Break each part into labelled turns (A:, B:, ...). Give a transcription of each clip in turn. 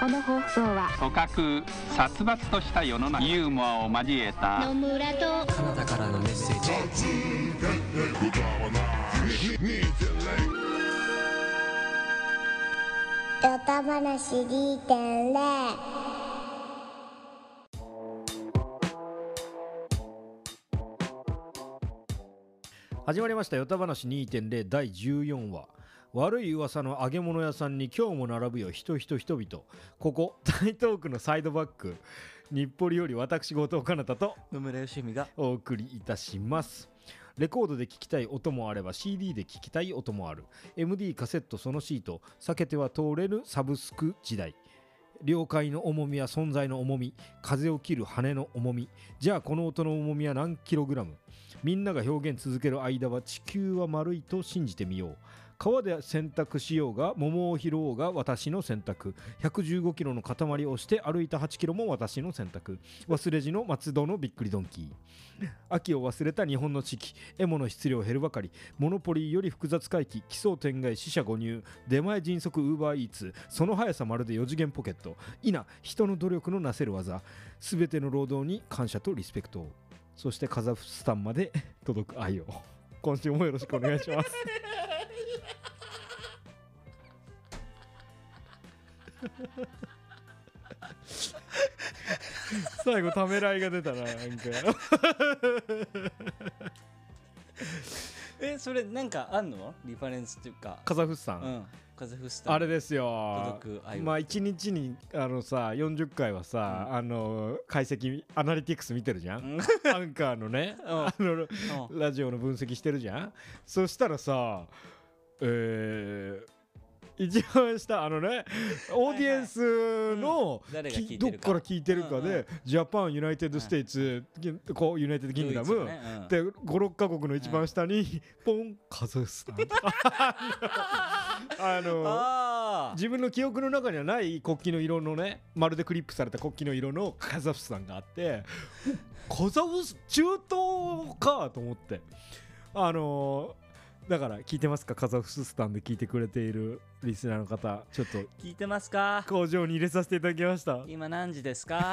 A: この放送は
B: 組閣殺伐とした世の中ユーモアを交えた
C: 野村と
D: カナダからのメッセージ
E: ヨタ話2.0
F: 始まりました「よた話2.0」第14話悪い噂の揚げ物屋さんに今日も並ぶよ人人人々ここ台東区のサイドバック日暮里より私後藤かなたと
D: 野村よしみが
F: お送りいたしますレコードで聞きたい音もあれば CD で聞きたい音もある MD カセットそのシート避けては通れぬサブスク時代了解の重みや存在の重み風を切る羽の重みじゃあこの音の重みは何キログラムみんなが表現続ける間は地球は丸いと信じてみよう川で洗濯しようが桃を拾おうが私の選択115キロの塊をして歩いた8キロも私の選択忘れじの松戸のびっくりドンキー秋を忘れた日本の四季エモの質量減るばかりモノポリーより複雑回帰奇想天外死者誤入出前迅速ウーバーイーツその速さまるで4次元ポケットいな人の努力のなせる技全ての労働に感謝とリスペクトをそしてカザフスタンまで 届く愛を今週もよろしくお願いします最後ためらいが出たななんか
D: えそれなんかあんのリファレンスっていうか
F: カザフスタン、
D: うんカザフスタン
F: あれですよ
D: 届く愛を
F: まあ1日にあのさ40回はさ、あの解析アナリティクス見てるじゃん、 アンカー のね
D: うん
F: あの
D: う
F: ラジオの分析してるじゃんそしたらさえー、一番下あのねオーディエンスの
D: うん誰が聞
F: き
D: いて
F: どっ
D: るか
F: から聞いてるかで、
D: うんうん
F: ジャパンユナイテッド・ステイツ、こうユナイテッド・キングダム、
D: ドイツのねうん
F: で56カ国の一番下に、ポンカザフス タンあの
D: あー
F: 自分の記憶の中にはない国旗の色のねまるでクリップされた国旗の色の カザフスタンがあってカザフス中東かと思ってあのーだから聞いてますかカザフスタンで聞いてくれているリスナーの方ちょっと
D: 聞いてますか
F: 工場に入れさせていただきました
D: 今何時です か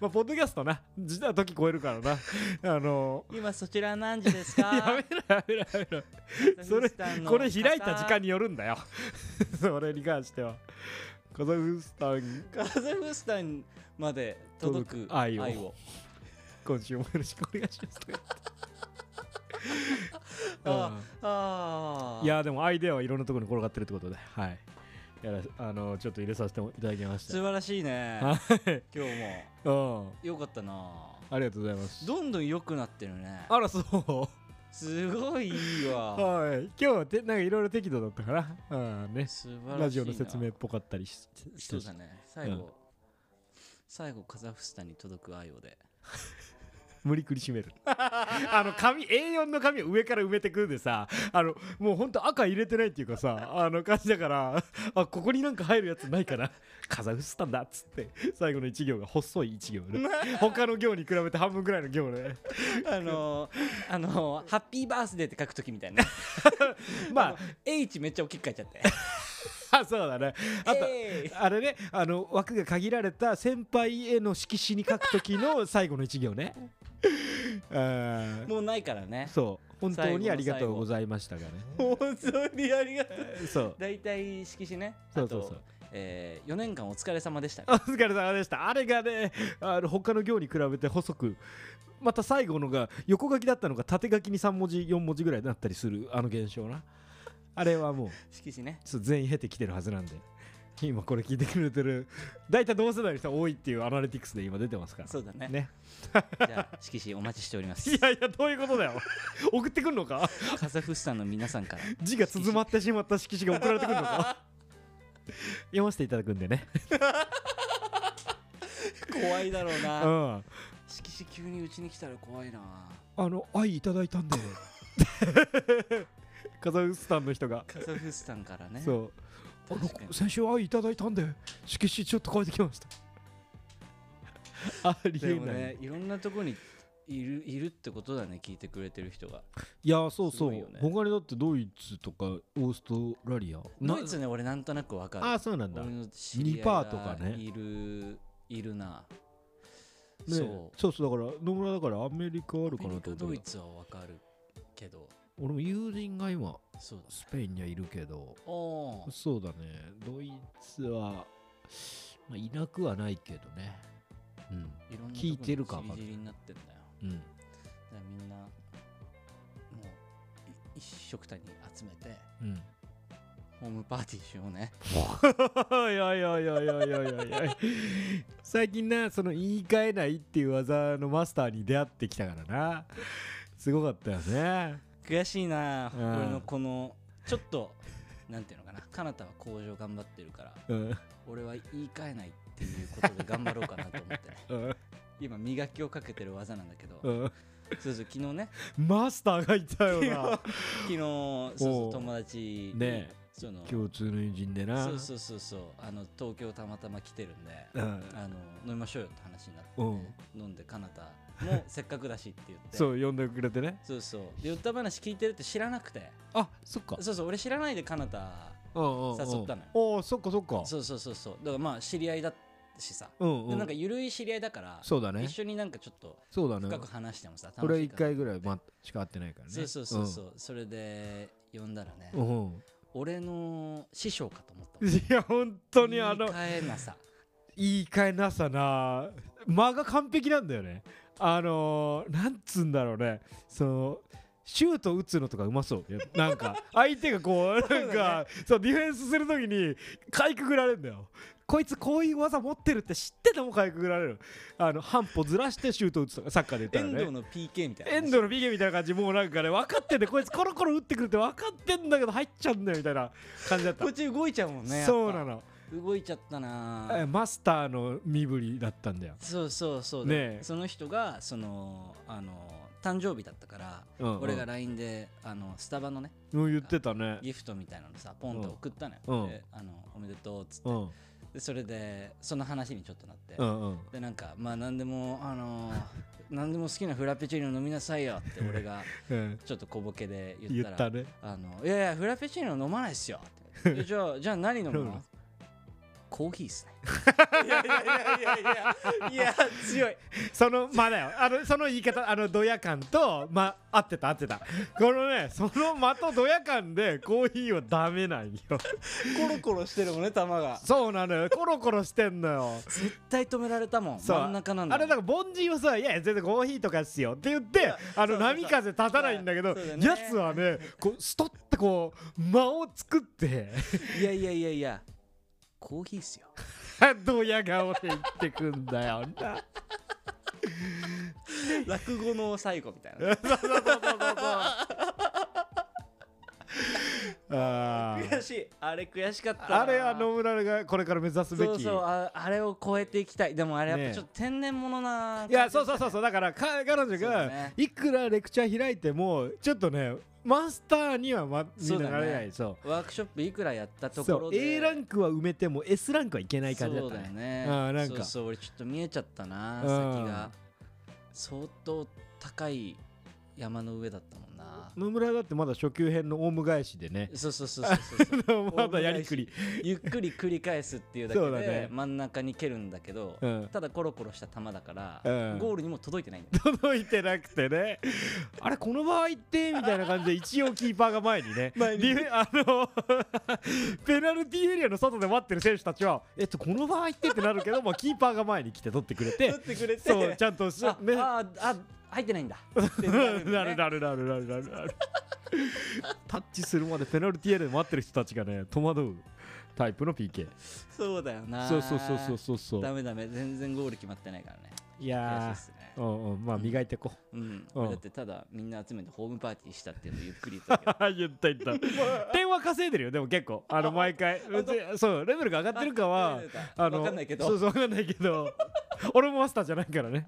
F: まあポッドキャストな時代は時超えるから なあの
D: 今そちら何時ですか
F: ーやめろやめろやめろそれこれ開いた時間
D: に
F: によるんだよ それに関してはカザフスタン
D: カザフスタンまで届く
F: 届く愛を
D: 愛を
F: 今週もよろしくお願いします
D: ああー
F: いやでもアイデアはいろんなところに転がってるってことではいやらあのちょっと入れさせていただきました
D: 素晴らしいね
F: はい
D: 今日も
F: うん
D: よかったな
F: ありがとうございます
D: どんどん良くなってるね
F: あらそう
D: すごいいいわ
F: はい今日はてなんかいろいろ適度だったからうんね
D: 素晴らしいな
F: ラジオの説明っぽかったりし
D: そうだ
F: ね
D: ね最
F: うん
D: 後最後カザフスタンに届く愛を で
F: 無理くり締める あの紙 A4 の紙を上から埋めてくんでさあのもうほんと赤入れてないっていうかさあの感じだからあここになんか入るやつないかなカザフスタンだっつって最後の一行が細い一行 で他の行に比べて半分ぐらいの行 で
D: あのあのハッピーバースデーって書くときみたいな
F: まあ
D: H めっちゃ大きく書いちゃって
F: あそうだねあと、
D: えい
F: あれねあの枠が限られた先輩への色紙に書く時の最後の一行 ねうん
D: もうないからね
F: そう本当にありがとうございましたがね
D: 本当にありがとう
F: そう
D: 大体色紙ね
F: そうそうそう
D: あとえー、4年間お疲れ様でした
F: お疲れ様でした。あれがね、あの他の行に比べて細く、また最後のが横書きだったのが縦書きに3文字、4文字ぐらいになったりする、あの現象な。あれはもう、
D: 色紙ね
F: ちょっと全員経てきてるはずなんで、今これ聞いてくれてる、大体同世代の人が多いっていうアナリティクスで今出てますから。
D: そうだね
F: ね。
D: じゃあ色紙お待ちしておりま
F: い
D: す
F: やいや、どういうことだよ。 送ってくんのか
D: カザフスタンの皆さんから
F: 字が縮まってしまった色紙が送られてくる のか読ませていただくんでね。
D: 怖いだろう
F: う
D: な、
F: ん。
D: 色紙急にうちに来たら怖いな
F: あの、愛いただいたんで。 カザフスタンの人が。
D: カザフスタンからね
F: そう。あ
D: 確かに
F: の先週愛いただいたんで、色紙ちょっと変えてきました。ありえ
D: でも
F: ない。
D: ねいろんなとこにいるいるってことだね聞いてくれてる人が
F: いやそうそ
D: す
F: う、
D: ごいよね
F: 他にだってドイツとかオーストラリア
D: ドイツ
F: な
D: ね俺なんとなくわかる
F: ああそうなんだ
D: 俺の知り合いが
F: 2%とかね
D: いるいるな、
F: ね、
D: そ
F: そうそうだから野村だからアメリカあ
D: う
F: るか
D: アメ
F: な
D: リ
F: と
D: カド
F: 思った
D: イ
F: ら
D: ツはわかるけど
F: 俺も友人が今
D: そうだ
F: スペインにはいるけど
D: おー
F: そうだねドイツは、まあ、いなくはないけどねうん
D: いろんな
F: 聞いてる
D: と
F: かわ
D: こ
F: か
D: に散り散りに
F: んない
D: なってんだよ
F: うん
D: だからみんなもうい一色単に集めて
F: うん
D: ホームパーティーしようね
F: いやいやいやいやいやいやいや最近なその言い換えないっていう技のマスターに出会ってきたからなすごかったよね
D: 悔しいな
F: うん
D: 俺のこのちょっとなんていうのかなかなたは工場頑張ってるから
F: うん
D: 俺は言い換えないっていうことで頑張ろうかなと思 ってね
F: うん
D: 今磨きをかけてる技なんだけど、
F: うん
D: そうそう昨日ね
F: マスターがいたよな
D: 昨日そうそ
F: おう
D: う友達に
F: ね
D: その
F: 共通の友人でな
D: そうそうそうそうあの東京たまたま来てるんで、
F: うん
D: あの飲みましょうよって話になって、
F: うん
D: 飲んでかなたも せっかくだしって言って
F: そう呼んでくれてね
D: そうそうで寄った話聞いてるって知らなくて
F: あそっか
D: そうそう俺知らないでかなた
F: 誘
D: 誘ったのよ
F: おおそっかそっか
D: そうそうそうそうだからまあ知り合いだしさ、
F: うんう
D: で
F: ん
D: なんかゆるい知り合いだから
F: そうだね
D: 一緒になんかちょっと
F: そうだね
D: 深く話してもさ、
F: 俺
D: 楽
F: は
D: しい
F: 一
D: から
F: 回ぐらいましか会ってないからね
D: そうそうそうそう、それで呼んだらね、
F: うんうん
D: 俺の師匠かと思ったもん
F: いや本当にあの
D: 言い換えな さ
F: 言い換えなさな間が完璧なんだよねあのー、なんつうんだろうねそのシュート打つのとかうまそういやなん か相手がこうなんかそう、ディフェンスするときにかいくぐられるんだよこいつこういう技持ってるって知っててもかいくぐられるあの半歩ずらしてシュート打つとかサッカーで言った
D: 遠
F: らね
D: 藤の PK みたいな
F: エンドのビゲみたいな感じもうなんかね分かってんでこいつコロコロ打ってくるって分かってんだけど入っちゃうんだよみたいな感じだった
D: こっち動いちゃうもんねやっぱ
F: そうなの
D: 動いちゃったな
F: えマスターの身振りだったんだよ
D: そうそうそう、
F: ねえ
D: その人がそのあの誕生日だったから、
F: うんうん
D: 俺が LINE であのスタバのね
F: もう言ってたね
D: ギフトみたいなのさポンと送ったのよ、
F: うん
D: であのおめでとうっつって、
F: うん
D: でそれでその話にちょっとなって、
F: うんうん
D: でなんかまあ何でもあの ー何でも好きなフラペチーノ飲みなさいよって俺が
F: うん
D: ちょっと小ボケで言っ
F: 言
D: たら
F: ったね
D: あのいやいやフラペチーノ飲まないっすよってでじゃあじゃあ何飲む
F: うん
D: のコーヒーっすねいやいやいやいやいやいや強い
F: その間だよあのその言い方あのドヤ感とま合ってた合ってたこのねその間とドヤ感でコーヒーはダメなんよ
D: コロコロしてるもんね球が
F: そうなのよコロコロしてんのよ
D: 絶対止められたもん
F: そう
D: 真ん中なんだ
F: あれだから凡人はさ「いやいや全然コーヒーとかっすよ」って言ってあの
D: そうそうそう
F: 波風立たないんだけど
D: そうだね
F: やつはねこうストッてこう間を作って
D: いやいやいやいやコーヒーっすよ
F: ドヤ顔で言ってくんだよな。
D: 落語の最後みたいな
F: あー
D: 悔しいあれ悔しかったな
F: あれは野村がこれから目指すべき
D: そうそうああれを超えていきたいでもあれやっ
F: ねえ
D: ぱちょっと天然物な感
F: い
D: じ
F: やそうそうそうそうだからか彼女
D: そうだ
F: が
D: ね
F: いくらレクチャー開いてもちょっとねマスターにはま
D: そ
F: み
D: うんだ
F: な
D: ね
F: なれないそう,、
D: ワークショップいくらやった
F: そ
D: と
F: う
D: ころで
F: A ランクは埋めても S ランクはいけない感じだった
D: そうだよね
F: ねあーなんか
D: そうそう俺ちょっと見えちゃったな
F: うん
D: 先が相当高い山の上だったもんな
F: 野村だってまだ初級編のオウム返しでね
D: そうそうそうそうそうそう
F: まだやりくり
D: ゆっくり繰り返すっていうだけ
F: そうだ
D: で
F: ね
D: 真ん中に蹴るんだけど、
F: うん
D: ただコロコロした球だから、
F: うん
D: ゴールにも届いてないんだよ
F: 届いてなくてねあれこの場合ってみたいな感じで一応キーパーが前にね
D: 前に
F: ディフ ェあのペナルティーエリアの外で待ってる選手たちはえっとこの場合ってってなるけど、まあ、キーパーが前に来て取ってくれて
D: てくれ
F: そうちゃんとす
D: あ、
F: ね
D: ああ入ってないんだってなるんだよね
F: なるなるなるなるなるなるタッチするまでペナルティーエリアで待ってる人たちがね戸惑うタイプの PK
D: そうだよな
F: そうそうそうそうそうそ
D: ダ
F: う
D: メダメ全然ゴール決まってないからね悔し
F: い
D: い
F: や
D: っすね
F: ーうんうんまあ磨いてこう
D: うん、
F: うん
D: だってただみんな集めてホームパーティーしたっていうのをゆっくり言ったけど
F: 言った 言った点は稼いでるよでも結構あの毎回別にそうレベルが上がってる かはあの
D: 分かんないけど
F: そうそう分かんないけど俺もマスターじゃないからね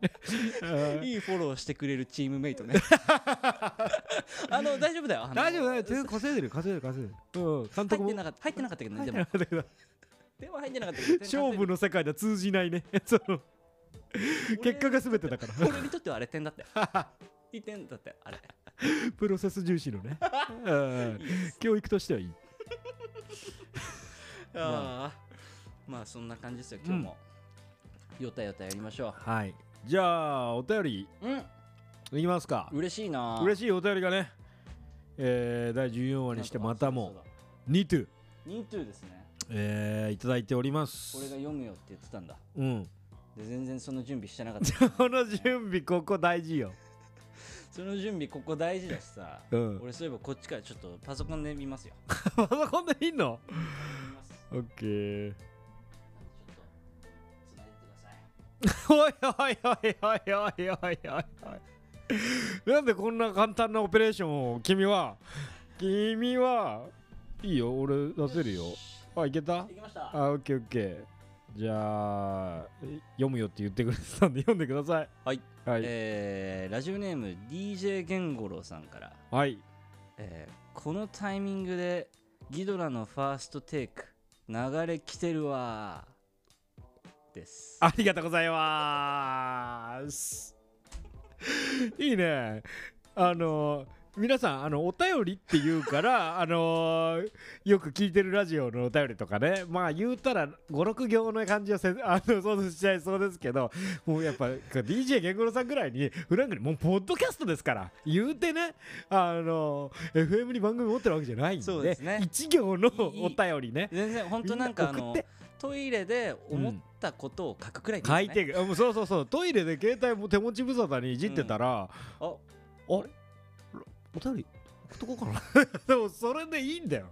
F: うん
D: いいフォローしてくれるチームメイトね あの大丈夫だよあの
F: 大丈夫大丈夫点稼いでる稼いでる稼いでるうん監
D: 入
F: 督
D: っ
F: も
D: てなかった入ってなかったけどねでも
F: 入ってなかったけど
D: でも入ってなかったけど
F: 勝負の世界では通じないねその結果が全て だから
D: 俺にとってはあれ点だって 一点だってあれ
F: プロセス重視のねうん教育としてはいい
D: あーまあそんな感じですよ今日も、よたよたやりましょ
F: はいじゃあお便り
D: ううん
F: いきますか
D: 嬉しいな
F: 嬉
D: し
F: しいお便りがねえー第14話にしてまたもう2と
D: ニートゥーですね
F: えーいただいております
D: 俺が読むよって言ってたんだ
F: うん
D: で全然その準備してなかった
F: この準備ここ大事よ
D: その準備ここ大事だしさ、
F: うん
D: 俺そういえばこっちからちょっとパソコンで見ますよ
F: パソコンでいいの
D: 見ますちょっ
F: オッケー
D: とつないでください
F: おいおいおいおいおいおいおいおいなんでこんな簡単なオペレーションを君は君はいいよ俺出せるよあいけた
D: できました
F: あオッケーオッケーじゃあえ読むよって言ってくれてたんで読んでください
D: はい
F: はい、
D: えーラジオネーム DJ 源五郎さんから、
F: はい
D: えーこのタイミングでギドラのファーストテイク流れ来てるわーです
F: ありがとうございますいいねあの皆さんあのお便りって言うから あのよく聞いてるラジオのお便りとかねまあ言うたら56行の感じをせ あの想像しちゃいそうですけどもうやっぱ DJ ゲンゴロさんぐらいにフランクにもうポッドキャストですから言うてねあの FM に番組持ってるわけじゃないんで
D: そうですね
F: 1行の
D: いい
F: お便りね
D: 全然本当なんかあ
F: みんな
D: の
F: 送って
D: トイレで思ったことを書くくらいで
F: 書
D: す
F: い
D: ね
F: てくあもうそうそうそうトイレで携帯も手持ち無沙汰にいじってたら、
D: あ
F: あれお便り送っとこう かなでもそれでいいんだよ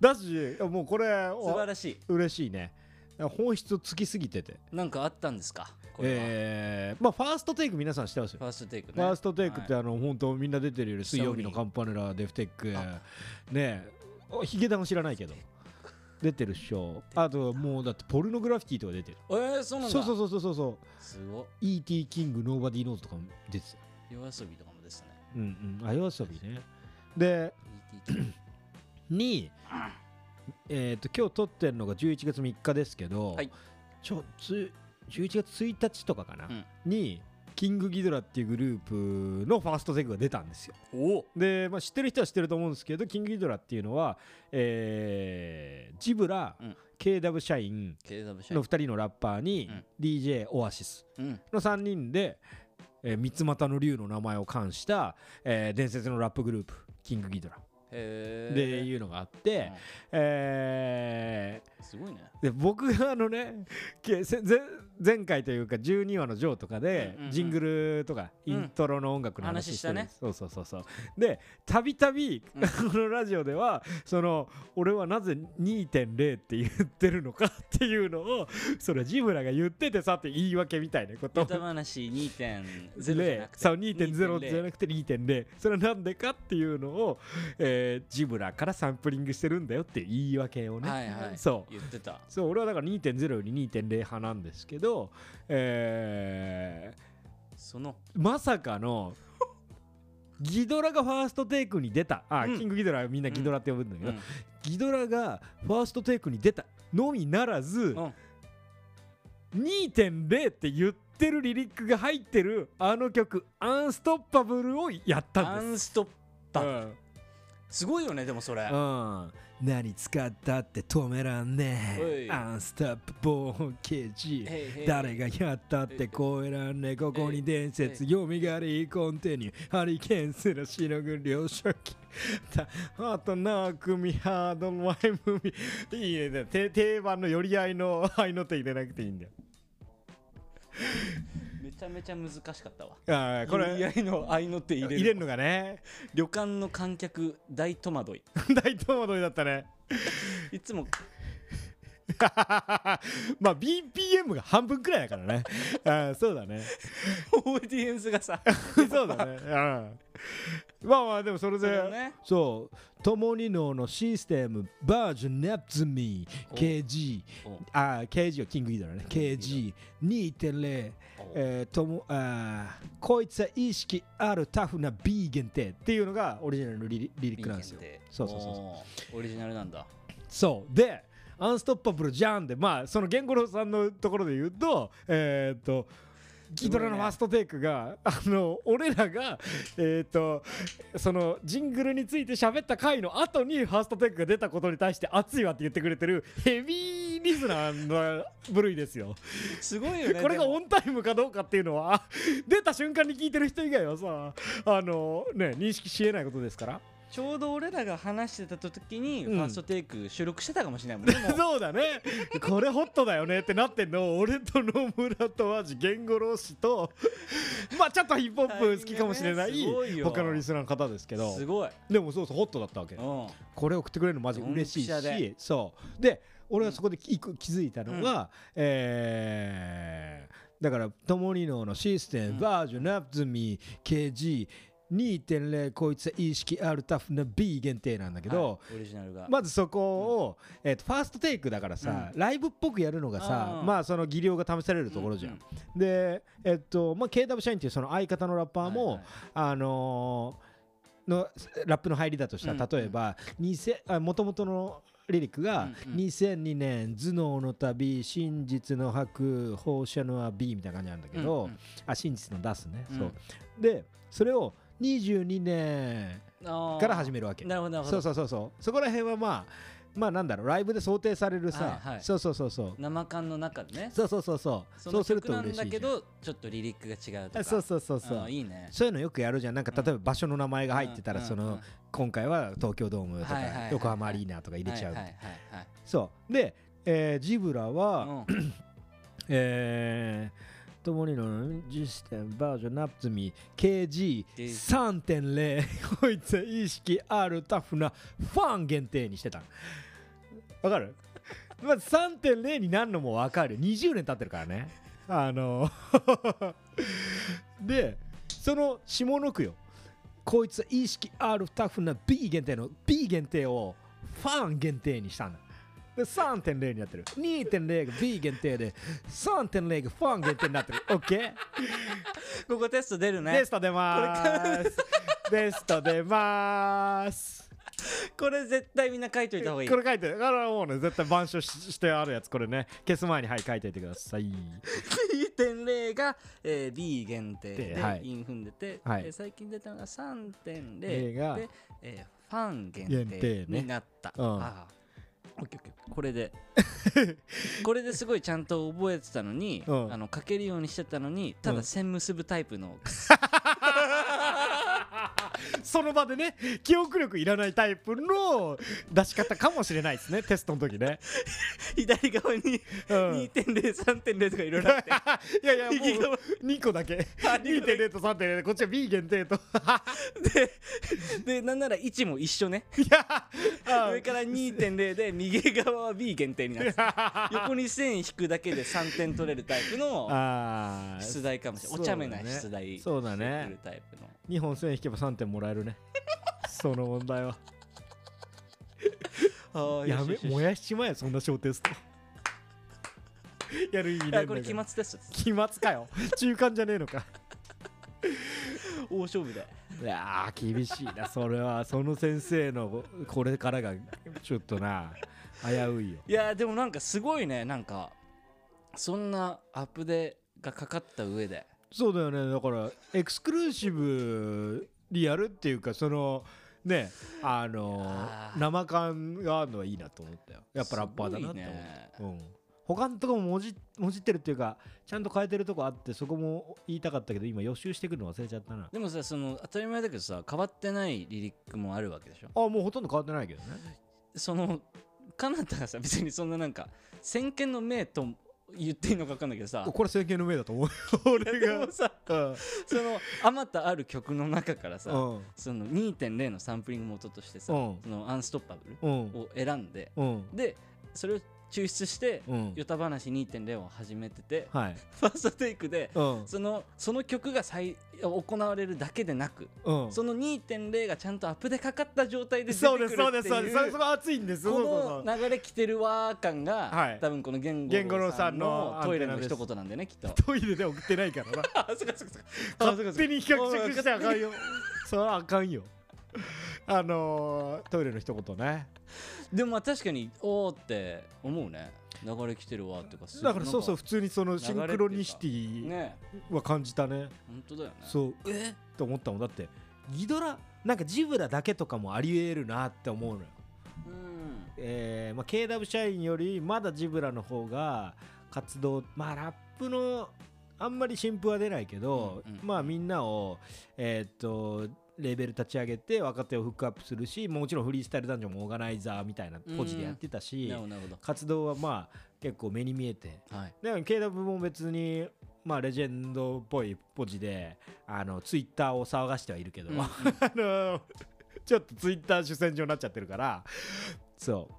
F: だしもうこれ
D: 素晴
F: お
D: らしい
F: 嬉しいね本質つきすぎてて
D: なんかあったんですかこれは、
F: えー、まあファーストテイク皆さん知ってますよ
D: ファーストテイクね
F: ファーストテイクって
D: はい
F: あの、本当みんな出てるより水曜日のカンパネラデフテックねえおヒゲダン知らな いけど出てるっしょあともうだってポルノグラフィティとか出てる
D: えー、そうなんだ
F: そうそうそうそうそうそう
D: すごい
F: E.T. キングノーバディノーズとかも出てた
D: 夜遊びとかもですね
F: うんうんあ夜遊びねで
D: ET
F: に、えー、と今日撮ってるのが11月3日ですけど、
D: はい
F: ちょつ11月1日とかかな、
D: うん
F: にキングギドラっていうグループのファーストテイクが出たんですよ
D: おお
F: で、まあ、知ってる人は知ってると思うんですけどキングギドラっていうのは、えージブラ、
D: うん
F: KW 社員
D: KW 社員
F: の2人のラッパーに、
D: うん
F: DJ オアシス
D: うん
F: の3人で、えー三つ股の竜の名前を冠した、えー伝説のラップグループキングギドラ
D: へえ
F: でいうのがあって、え
D: すごいね
F: ーで僕があのねけせ前前回というか12話の「ジョー」とか
D: うん
F: で
D: うんうん
F: ジングルとかイントロの音楽の話
D: 話
F: し
D: してた
F: る、
D: ね
F: そうそうそうそうでたびたびこ
D: うん
F: のラジオではその俺はなぜ2.0って言ってるのかっていうのをそれジブラが言っててさって言い訳みたいなことを
D: ネタ話2.0じゃな
F: で
D: くて
F: そう2.0じゃな
D: く
F: くて2.0それはなんでかっていうのを、えージブラからサンプリングしてるんだよっていう言い訳をね、
D: はいはい
F: そう
D: 言ってた
F: そう俺はだから2.0より2.0派なんですけど、え
D: その
F: ーまさ かのギドラがファーストテイクに出たあ、
D: うん
F: キングギドラはみんなギドラって呼ぶんだけ
D: う
F: ど、
D: ん
F: ギドラがファーストテイクに出たのみならず、
D: うん
F: 2.0って言ってるリリックが入ってるあの曲「アンストッパブル」をやった
D: ア
F: んです。
D: ンストッパ
F: う
D: ー
F: ん
D: すごいよねでもそれ
F: うん、何使ったって止めらん
D: お
F: ねえ
D: い
F: アンストップボーンケージ
D: へいへい
F: 誰がやったって超えらんねえここに伝説よみがりコンティニューハリケーンすらしのぐ両者機たあとな組ハードのワイムミいいねて定番の寄り合いの合いの手入れなくていいんだよ
D: めちゃめちゃ難しかったわ
F: ああこ
D: 寄り合
F: れ
D: いの合いの手入れ
F: 入れるのがね
D: 旅館の観客大戸惑い
F: 大戸惑いだったね
D: いつも
F: まあ BPM が半分くらいだからねああそうだね
D: オーディエンスがさ
F: そうだね。うん。まあまあで もそれ
D: そ
F: で。
D: れね
F: そう。共に脳のシステムバージョンナプズミ
D: お
F: KG
D: お
F: あ KG はキングギドラね KG2.0 えーともあーこいつは意識あるタフなビーゲンテっていうのがオリジナルのリリリリックなんですよそうそうそう
D: うオリジナルなんだ
F: そうでアンストッパブルじゃんでまあその源五郎さんのところで言うとえーっとギドラのファーストテイクがあの俺らがえーっとそのジングルについて喋った回の後にファーストテイクが出たことに対して熱いわって言ってくれてるヘビーリスナーの部類ですよ。
D: すごいよね
F: これが
D: でも
F: オンタイムかどうかっていうのは出た瞬間に聞いてる人以外はさあのね認識しえないことですから
D: ちょうど俺らが話してた時に、
F: うん
D: ファーストテイク収録してたかもしれないもんねもう
F: そうだねこれホットだよねってなってんの俺と野村と和ジ源五郎氏 とまあちょっとヒップホップ好きかもしれな
D: タイミン
F: い
D: グねすごいよ
F: 他のリスナーの方ですけど
D: すごい、
F: でもそうそうホットだったわけ
D: うん、
F: これ送ってくれるのマジ嬉しい
D: ドンピシャ
F: し
D: で
F: そうで俺はそこで一個気づいたのが、えーだから「ともにののシステ
D: うん
F: ムバージョンアップ済み KG2.0 こいつは意識あるタフな B 限定」なんだけど、
D: はいオリジナルが、
F: まずそこを、えーとファーストテイクだからさ、ライブっぽくやるのがさ
D: あー
F: まあその技量が試されるところじゃん。
D: うん
F: で、えっとまあ、KW 社員っていうその相方のラッパーも、
D: はいはい
F: あのーのラップの入りだとしたら
D: うん
F: 例えばもともとのリリックが
D: うんうん
F: 2002年頭脳の旅真実の白放射のは B みたいな感じなんだけど、
D: うんうん
F: あ真実の出すね、
D: うん
F: そうでそれを22年
D: あー
F: から始めるわけ
D: なるほどなるほ
F: そ
D: ど
F: うそうそうそうそこら辺はまあまあなんだろうライブで想定されるさ、
D: はいはい
F: そうそうそうそう
D: 生感の中でね
F: そうそうそうそう
D: そ
F: そ
D: の
F: うする
D: 曲
F: と
D: なん
F: 嬉しいじゃ
D: だけ
F: ん
D: どちょっとリリックが違うとか
F: あそうそうそうそう
D: あーいいね
F: そういうのよくやるじゃんなんか例えば場所の名前が入ってたら
D: うん
F: そ
D: うんう
F: の
D: ん
F: 今回は東京ドームとか
D: はいはいはい
F: 横浜アリーナとか入れちゃう
D: はいはいはい
F: そうでえージブラは
D: はいうん
F: えーともにの実践バージョンナップミ KG3.0 こいつは意識あるタフなファン限定にしてたわかるまず3.0になるのもわかる20年経ってるからねあの でその下の句よこいつは意識あるタフな B 限定の B 限定をファン限定にしたんだで3.0になってる2.0が B 限定で3.0がファン限定に なってる OK?
D: ここテスト出るね
F: テスト出まーすテスト出まーす
D: これ絶対みんな書いといた方がいい
F: これ書いてるあらもうね絶対板書ししてあるやつこれね消す前にはい書いておいてください
D: 2.0が、えー、B 限定で、
F: ではい
D: イン踏んでて、
F: はい
D: えー最近出たのが3.0
F: 映画
D: で、えー、ファン限
F: 限
D: 定
F: 定ね
D: になった、
F: うん
D: あーオッケーオッケーこれ でこれですごいちゃんと覚えてたのに、
F: うん
D: あの書けるようにしてたのにた
F: う
D: だ
F: ん
D: 線結ぶタイプ の、
F: その場でね記憶力いらないタイプの出し方かもしれないですねテストの時ね、
D: 左側に
F: うん、い
D: 2.03.0とかいろいろあって
F: や いやも
D: 右側
F: う2個だけ
D: あ二個だけ
F: 2.0と3.0でこっちは B 限定と
D: でなんなら位置も一緒ね
F: いやあ
D: 上から2.0で右側は B 限定になって た横に線引くだけで3点取れるタイプの
F: あー
D: 出題かもしれないお茶目な出題
F: そうだ
D: してく
F: ね
D: るタイプの
F: 2本線引けば3点もら えるねその問題は
D: あー
F: や
D: よしよし
F: め
D: よし
F: 燃やしちまえそんな小テスト やる意味ね
D: あこれ期末テストです
F: 期末かよ中間じゃねえのか
D: 大勝負で
F: いやー厳しいなそれはその先生のこれからがちょっとな危ういよ
D: いやーでもなんかすごいねなんかそんなアップデがかかった上で
F: そうだよねだからエクスクルーシブにやるっていうかそのねあの
D: あー
F: 生感があるのはいいなと思ったよやっぱラッパーだなって思った、
D: す
F: うん他のとこももじもじってるっていうかちゃんと変えてるとこあってそこも言いたかったけど今予習してくるの忘れちゃったな
D: でもさその当たり前だけどさ変わってないリリックもあるわけでしょ
F: あもうほとんど変わってないけどね
D: そのカナタがさ別にそんななんか先見の明と言っていいのか分かんないけどさ
F: これ政権の命だと思う 俺
D: でも
F: が
D: さそのあまたある曲の中からさ、
F: うん
D: その2.0のサンプリング元としてさ、
F: うん
D: そのアンストッパブ
F: うん
D: ルを選んで、
F: うん
D: でそれを抽出して、
F: うん
D: ヨタ話2.0を始めてて、
F: はい
D: ファーストテイクで、
F: うん
D: そのその曲が再行われるだけでなく、
F: うん
D: その2.0がちゃんとアップでかかった状態で出て
F: そう
D: くる
F: で
D: ってい
F: す
D: う
F: そうですそうですそれそこ熱いんですそうそうそ
D: こ
F: う
D: の流れ来てるわー感が、
F: はい
D: 多分この言
F: 言
D: 語
F: 語
D: 郎
F: 郎
D: さ
F: さ
D: ん
F: ん
D: の
F: の
D: トイレの
F: アンテ
D: 一
F: ナです
D: 言なんでねきっ と
F: トイレで送ってない からな
D: あそっかそっかそっかあそっかそっか
F: 勝手に比較着してあかんよそれはあかんよあのートイレの一言ね
D: でもまあ確かにおおって思うね流れ来てるわっていうかすごい
F: だからそうそ
D: な
F: う
D: ん
F: 普通にそのシンクロニシティ
D: ね
F: は感じたね
D: 本当だよね
F: そうえっと思ったもんだってギドラなんかジブラだけとかもありえるなって思うのよ
D: うん
F: えーまあ、KW 社員よりまだジブラの方が活動まあラップのあんまり新風は出ないけど、
D: うんうん
F: まあみんなをえーっとレーベル立ち上げて若手をフックアップするしもちろんフリースタイルダンジョンもオーガナイザーみたいなポジでやってたし、
D: なるほどなるほ
F: 活動はまあ結構目に見えて
D: どはい
F: でも KW も別にまあレジェンドっぽいポジであのツイッターを騒がしてはいるけど、
D: うん
F: あのちょっとツイッター主戦場になっちゃってるからそう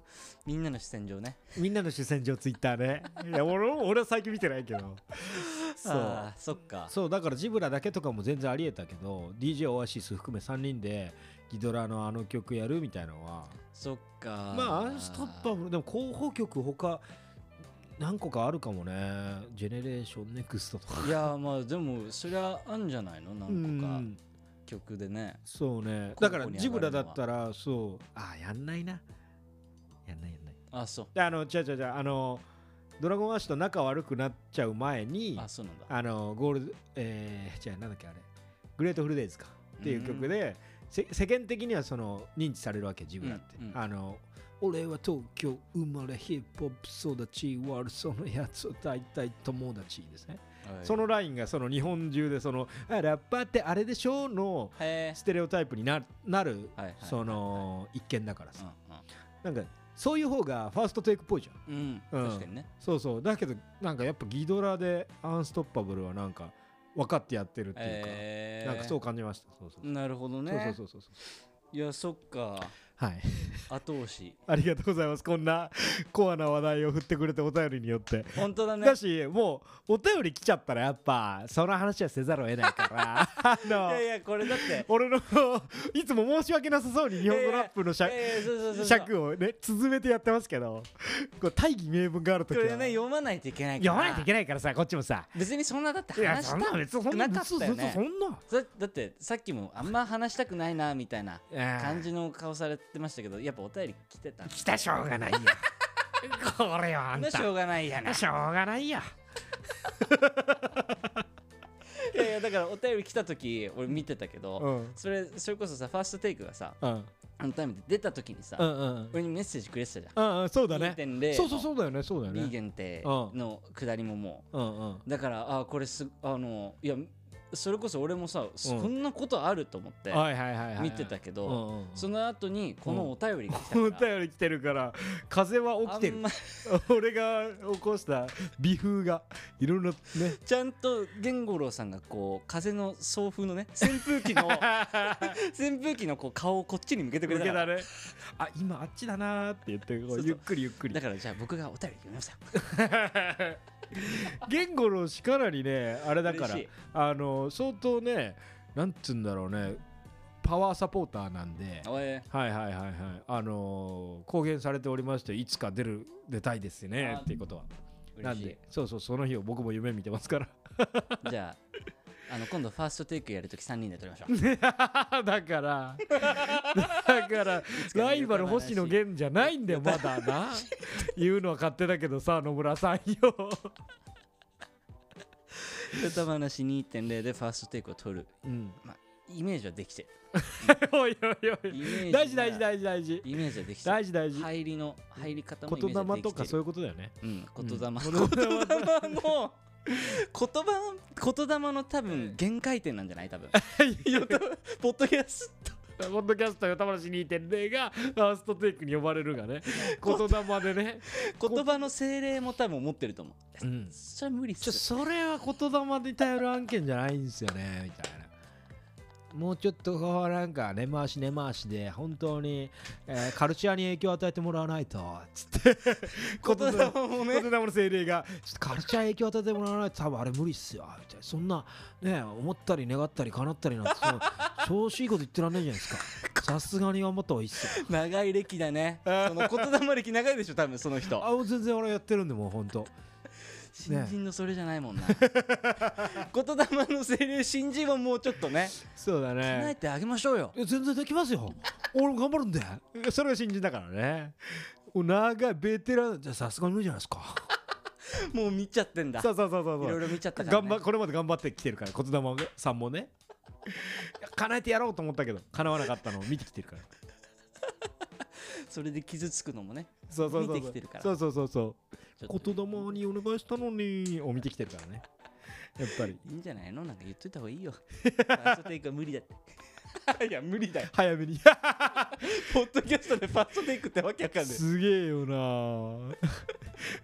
D: みんなの視線上ね
F: みんなの主戦場ツイッターね。いや俺も俺は最近見てないけど。そう
D: あ。ーそっか
F: そうだからジブラだけとかも全然ありえたけど DJ オアシス含め3人でギドラのあの曲やるみたいなのは
D: そっか
F: まあアンストッパブルでも候補曲他何個かあるかもねジェネレーションネクストとか
D: いやーまあでもそりゃあんじゃないの
F: う
D: 何個か
F: ん
D: 曲でね
F: そうね
D: 候
F: だ
D: 補に上がる
F: か
D: のは
F: らジブラだったらそうあやんないなやんないやんない
D: あそう
F: であの違う違う違うあのドラゴンアッシュと仲悪くなっちゃう前に
D: あそうなんだ
F: あのゴールドえー、じゃあなんだっけあれグレートフルデイズかっていう曲で、せ世間的にはその認知されるわけ自分だって、
D: うんうん
F: あの俺は東京生まれヒップホップ育ち悪そうなやつを大体友達ですね、
D: はい
F: そのラインがその日本中でそのあラッパーってあれでしょの
D: へえ
F: ステレオタイプにななる、
D: はいはい
F: その一見だからさ、
D: う
F: なんかそういう方がファーストテイクっぽいじゃん
D: んうんうん
F: うん
D: 確かにね
F: そうそうだけどなんかやっぱギドラでアンストッパブルはなんか分かってやってるっていうか、
D: えー
F: なんかそう感じましたそうそう、
D: なるほどね
F: そうそうそうそう
D: いやそっか
F: はい
D: 後押 し
F: ありがとうございますこんなコアな話題を振ってくれてお便りによって、
D: 本当だね
F: だしもうお便り来ちゃったらやっぱその話はせざるを得ないからあ
D: い
F: の
D: やいやこれだって
F: 俺のいつも申し訳なさそうに日本語ラップの 尺,、
D: いやいやそうそうそうそう
F: 尺をね続めてやってますけどこう大義名分がある
D: こと
F: きは
D: れね読まないといけないから
F: 読まないといけないからさこっちもさ
D: 別にそんなだって
F: いや
D: 話し
F: そ
D: た
F: んな別にそ
D: く
F: ん
D: な
F: な
D: かったよ
F: そそそ
D: ね
F: んな
D: だだってさっきもあんま話したくないなみたいな感じの顔されてましたけどやっぱお便り来てたんだ
F: 来たしょう がないよこれはあんた
D: しょうがないや な
F: しょうがないよ
D: いやいやだからお便り来た時俺見てたけど、
F: うん
D: それそれこそさファーストテイクがさ
F: うん
D: あのタイムで出た時にさ、
F: うんうん
D: 俺にメッセージくれてたじゃん、
F: うんうんそうだね
D: 2.0
F: そうそうそうだよねそうだよ
D: ビー
F: ね
D: ゲンってのくだりもも
F: うんうん
D: うだからあこれすあのいやそれこそ俺もさ、そんなことあると思って
F: はいはいはいはい
D: 見てたけど、
F: うんうん
D: その後にこのお便りが来たか
F: お
D: ら、
F: 便り来てるから風は起きて
D: あん
F: る
D: ま
F: 俺が起こした微風がいろんなね
D: ちゃんと源五郎さんがこう風の送風の ね扇風機の扇風機のこう顔をこっちに向けてくれ
F: 受
D: た
F: け
D: から
F: だねあ今あっちだなーって言ってこ
D: そう
F: う
D: そう
F: ゆっくりゆっくり
D: だからじゃあ僕がお便り読みました
F: 言語のしからにねあれだから
D: 嬉しい
F: あの相当ねなんつうんだろうねパワーサポーターなんで
D: おい
F: はいはいはいはいあのー公言されておりましていつか出る出たいですね
D: あ
F: っていうことはな
D: 嬉
F: ん
D: しい
F: でそうそうその日を僕も夢見てますから
D: じゃああの今度ファーストテイクやるとき3人で撮り ましょう
F: だ からだから
D: か
F: ライバル星野源じゃないんだよまだな言うのは勝手だけどさ野村さんよ
D: 歌話2.0でファーストテイクを撮る、
F: うん
D: まあ、イメージはできてる
F: おいおいお
D: イメージ
F: い
D: は
F: 大事大事大事大事
D: イメージはできて
F: 大
D: る
F: 事大事
D: 入りの入り方もイメー
F: 言
D: ジはでき
F: 霊と
D: て
F: か
D: る
F: そういうことだよね
D: うん、
F: ん
D: 言霊、言霊
F: 言霊
D: の言葉の言霊の多分限界点なんじゃ ない多分ポッドキャスト
F: ポッドキャストよたまらし2.0がファーストテイクに呼ばれる がね言霊でね
D: 言葉の精霊も多分持ってると思う、
F: うん
D: それは無理っ
F: ちょ
D: す
F: それは言霊で頼る案件じゃないんですよねみたいなもうちょっとこうなんか根回し根回しで本当に、えーカルチャーに影響を与えてもらわないとつって 言霊
D: も
F: 言霊の精霊がちょっとカルチャーに影響を与えてもらわないと多分あれ無理っすよみたいなそんなね思ったり願ったり叶ったりなんてその調子いいこと言ってらんないじゃないですかさすがに頑張った方がいいっすよ
D: 長い歴だねその言霊歴長いでしょ多分その人
F: あもう全然俺やってるんでもうほんと
D: 新人のそれじゃない もんな言霊の精霊新人はもうちょっとね
F: そうだ
D: 叶え
F: ね
D: てあげましょうよ
F: いや全然できます よ俺も頑張るんでそれが新人だからねお長いベテランじゃさすがに無理じゃないですか
D: もう見ちゃってんだ
F: そうそうそうそう
D: いろい
F: そう
D: ろ見ちゃったから、
F: 頑
D: ね、
F: 張これまで頑張ってきてるから言霊さんもねいや叶えてやろうと思ったけど叶わなかったのを見てきてるから
D: それで傷つくのもね
F: そうそうそうそう
D: 見てきてるから
F: そうそうそうそう
D: ちょっと
F: 言霊にお願いしたのにを見てきてるからねやっ ぱり
D: いいんじゃないのなんか言っといた方がいい よファーストテイクは無理だって いや無理だよ
F: 早めに
D: ポッドキャストでファーストテイクってわけわか んない
F: すげえよなぁ